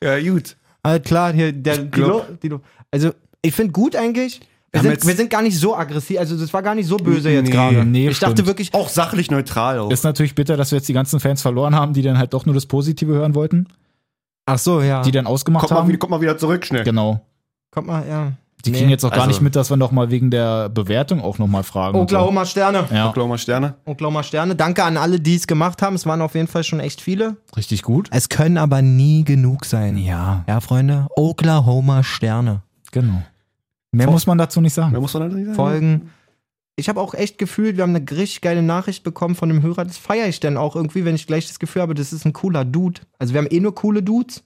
B: Ja, gut.
A: Alles klar, hier der Dilo, Dilo. Also, ich finde gut eigentlich. Wir
B: haben
A: sind,
B: jetzt-
A: wir sind gar nicht so aggressiv. Also, das war gar nicht so böse jetzt
B: Nee,
A: gerade.
D: nee,
A: ich dachte
D: stimmt.
A: wirklich,
B: Auch sachlich neutral. Auch.
D: Ist natürlich bitter, dass wir jetzt die ganzen Fans verloren haben, die dann halt doch nur das Positive hören wollten,
A: ach so, ja.
D: die dann ausgemacht
B: Kommt mal, wieder,
D: haben.
B: kommt mal wieder zurück schnell.
D: Genau.
A: Kommt mal, ja.
D: Die
A: Nee.
D: kriegen jetzt auch gar
B: also-
D: nicht mit, dass wir noch mal wegen der Bewertung auch noch mal fragen. und so.
A: Oklahoma Sterne.
D: Ja,
B: Oklahoma Sterne.
A: Oklahoma Sterne. Danke an alle, die es gemacht haben. Es waren auf jeden Fall schon echt viele.
D: richtig gut.
A: Es können aber nie genug sein.
D: Ja,
A: Ja, Freunde. Oklahoma Sterne.
D: genau. Mehr muss man dazu nicht
B: Mehr
D: sagen.
B: muss man da nicht sagen.
A: Folgen. Ich habe auch echt gefühlt, wir haben eine richtig geile Nachricht bekommen von einem Hörer. Das feiere ich dann auch irgendwie, wenn ich gleich das Gefühl habe, das ist ein cooler Dude. Also wir haben eh nur coole Dudes,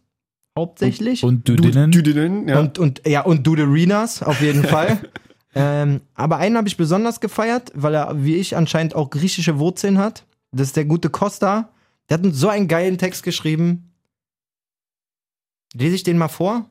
A: hauptsächlich.
D: Und
B: Du-
D: Düdinnen.
B: Düdinnen, ja.
A: Und, und ja, und Duderinas auf jeden Fall. ähm, aber einen habe ich besonders gefeiert, weil er, wie ich, anscheinend auch griechische Wurzeln hat. Das ist der gute Costa. Der hat uns so einen geilen Text geschrieben. Lese ich den mal vor?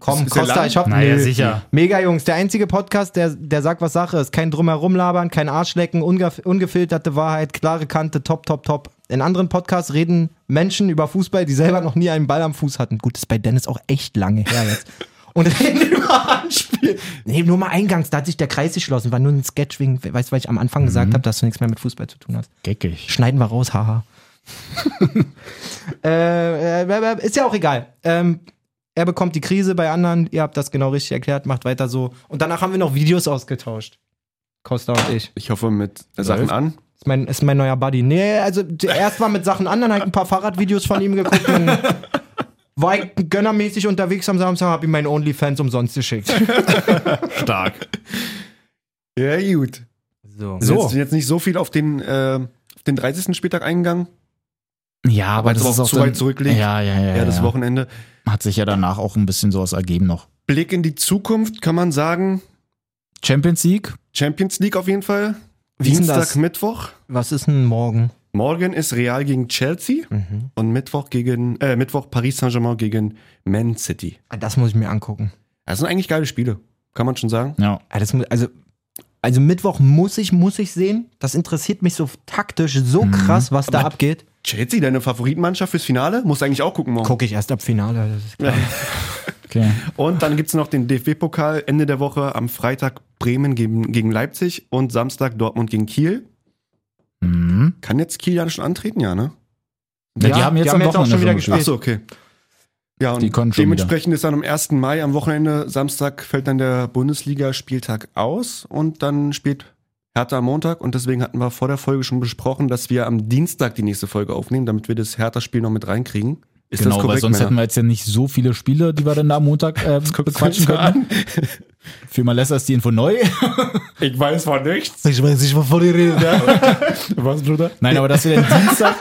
A: Komm,
B: Ist- ist der
A: Costa,
B: lang?
A: ich hab
D: Naja,
A: Nö.
D: sicher.
A: Mega Jungs, der einzige Podcast, der, der sagt, was Sache ist. Kein Drumherumlabern, kein Arschlecken, ungef ungefilterte Wahrheit, klare Kante, top, top, top. In anderen Podcasts reden Menschen über Fußball, die selber noch nie einen Ball am Fuß hatten. Gut, ist bei Dennis auch echt lange her jetzt. Und reden über Handspiel. Nee, nur mal eingangs, da hat sich der Kreis geschlossen. War nur ein Sketch wegen, weißt du, weil ich am Anfang gesagt
D: Mhm.
A: habe, dass du nichts mehr mit Fußball zu tun hast.
D: Geckig.
A: Schneiden wir raus, haha. äh, äh, ist ja auch egal. Ähm, er bekommt die Krise bei anderen. Ihr habt das genau richtig erklärt. Macht weiter so. Und danach haben wir noch Videos ausgetauscht. Costa und ich.
B: Ich hoffe mit Sachen an.
A: Ist mein, ist mein neuer Buddy. Nee, also d- erst mal mit Sachen an, dann halt ein paar Fahrradvideos von ihm geguckt. Dann war ich gönnermäßig unterwegs am Samstag, hab ihm meinen Onlyfans umsonst geschickt.
D: Stark.
B: Ja, gut.
A: So.
B: So. Jetzt, jetzt nicht so viel auf den, äh, auf den 30. Spieltag eingegangen.
D: Ja, aber
B: Weil's
D: das
B: aber
D: ist
B: auch
D: auch
B: zu
D: dann-
B: weit zurückliegt.
D: Ja, ja, ja.
B: Ja, das Wochenende.
D: Hat sich ja danach auch ein bisschen sowas ergeben noch.
B: Blick in die Zukunft kann man sagen.
D: Champions League.
B: Champions League auf jeden Fall.
A: Wie ist denn
B: Dienstag,
A: das?
B: Mittwoch.
A: Was ist denn morgen?
B: Morgen ist Real gegen Chelsea
A: Mhm.
B: und Mittwoch gegen äh, Mittwoch Paris Saint-Germain gegen Man City.
A: Ah, Das muss ich mir angucken.
B: Das sind eigentlich geile Spiele, kann man schon sagen.
D: Ja.
A: Ah, das mu- also, also Mittwoch muss ich, muss ich sehen. Das interessiert mich so taktisch so krass, was da abgeht.
B: Chelsea, deine Favoritenmannschaft fürs Finale? Musst du eigentlich auch gucken morgen.
A: Gucke ich erst ab Finale. Das ist klar.
D: Okay.
B: Und dann gibt es noch den DFB-Pokal Ende der Woche am Freitag Bremen gegen, gegen Leipzig und Samstag Dortmund gegen Kiel.
D: Mhm.
B: Kann jetzt Kiel ja schon antreten, ja, ne?
D: Ja,
A: Ja,
D: die haben jetzt
A: die
D: am
A: haben jetzt auch
D: Wochenende
A: schon wieder
B: Ach
A: gespielt.
B: so, okay. Ja, und
D: Die können schon
B: dementsprechend ist dann am 1. Mai am Wochenende, Samstag fällt dann der Bundesliga-Spieltag aus und dann spielt Hertha am Montag und deswegen hatten wir vor der Folge schon besprochen, dass wir am Dienstag die nächste Folge aufnehmen, damit wir das Hertha-Spiel noch mit reinkriegen. Ist
D: genau,
B: das
D: weil
B: korrekt,
D: sonst hätten
B: Männer?
D: wir jetzt ja nicht so viele Spiele, die wir dann da am Montag äh, bequatschen können. Vielmehr lässt das die Info neu.
B: Ich weiß von nichts.
A: Ich weiß nicht, wovon ihr redet.
D: Was, Bruder? Nein, aber dass wir den Dienstag,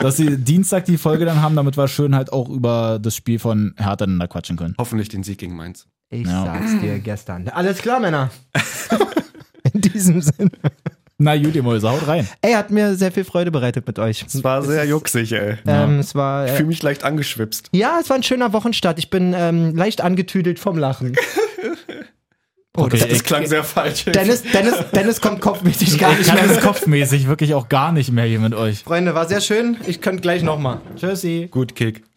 D: dass wir Dienstag die Folge dann haben, damit wir schön halt auch über das Spiel von Hertha dann da quatschen können.
B: Hoffentlich den Sieg gegen Mainz.
A: Ich
D: Ja.
A: sag's dir gestern. Alles klar, Männer. In diesem Sinne.
D: Na gut, ihr Mäuse, haut rein.
A: Ey, hat mir sehr viel Freude bereitet mit euch.
B: Es war sehr jucksig, ey.
A: Ähm, es war,
B: Ich
A: äh,
B: fühle mich leicht angeschwipst.
A: ja, es war ein schöner Wochenstart. Ich bin ähm, leicht angetüdelt vom Lachen. Oh,
D: Okay,
A: das
B: Das
A: ist,
B: klang sehr falsch.
A: Dennis, Dennis, Dennis kommt kopfmäßig gar
D: Ich
A: nicht
D: kann
A: mehr.
D: es kopfmäßig wirklich auch gar nicht mehr hier mit euch.
A: Freunde, war sehr schön. Ich könnte gleich nochmal. Tschüssi.
B: Gut, Kick.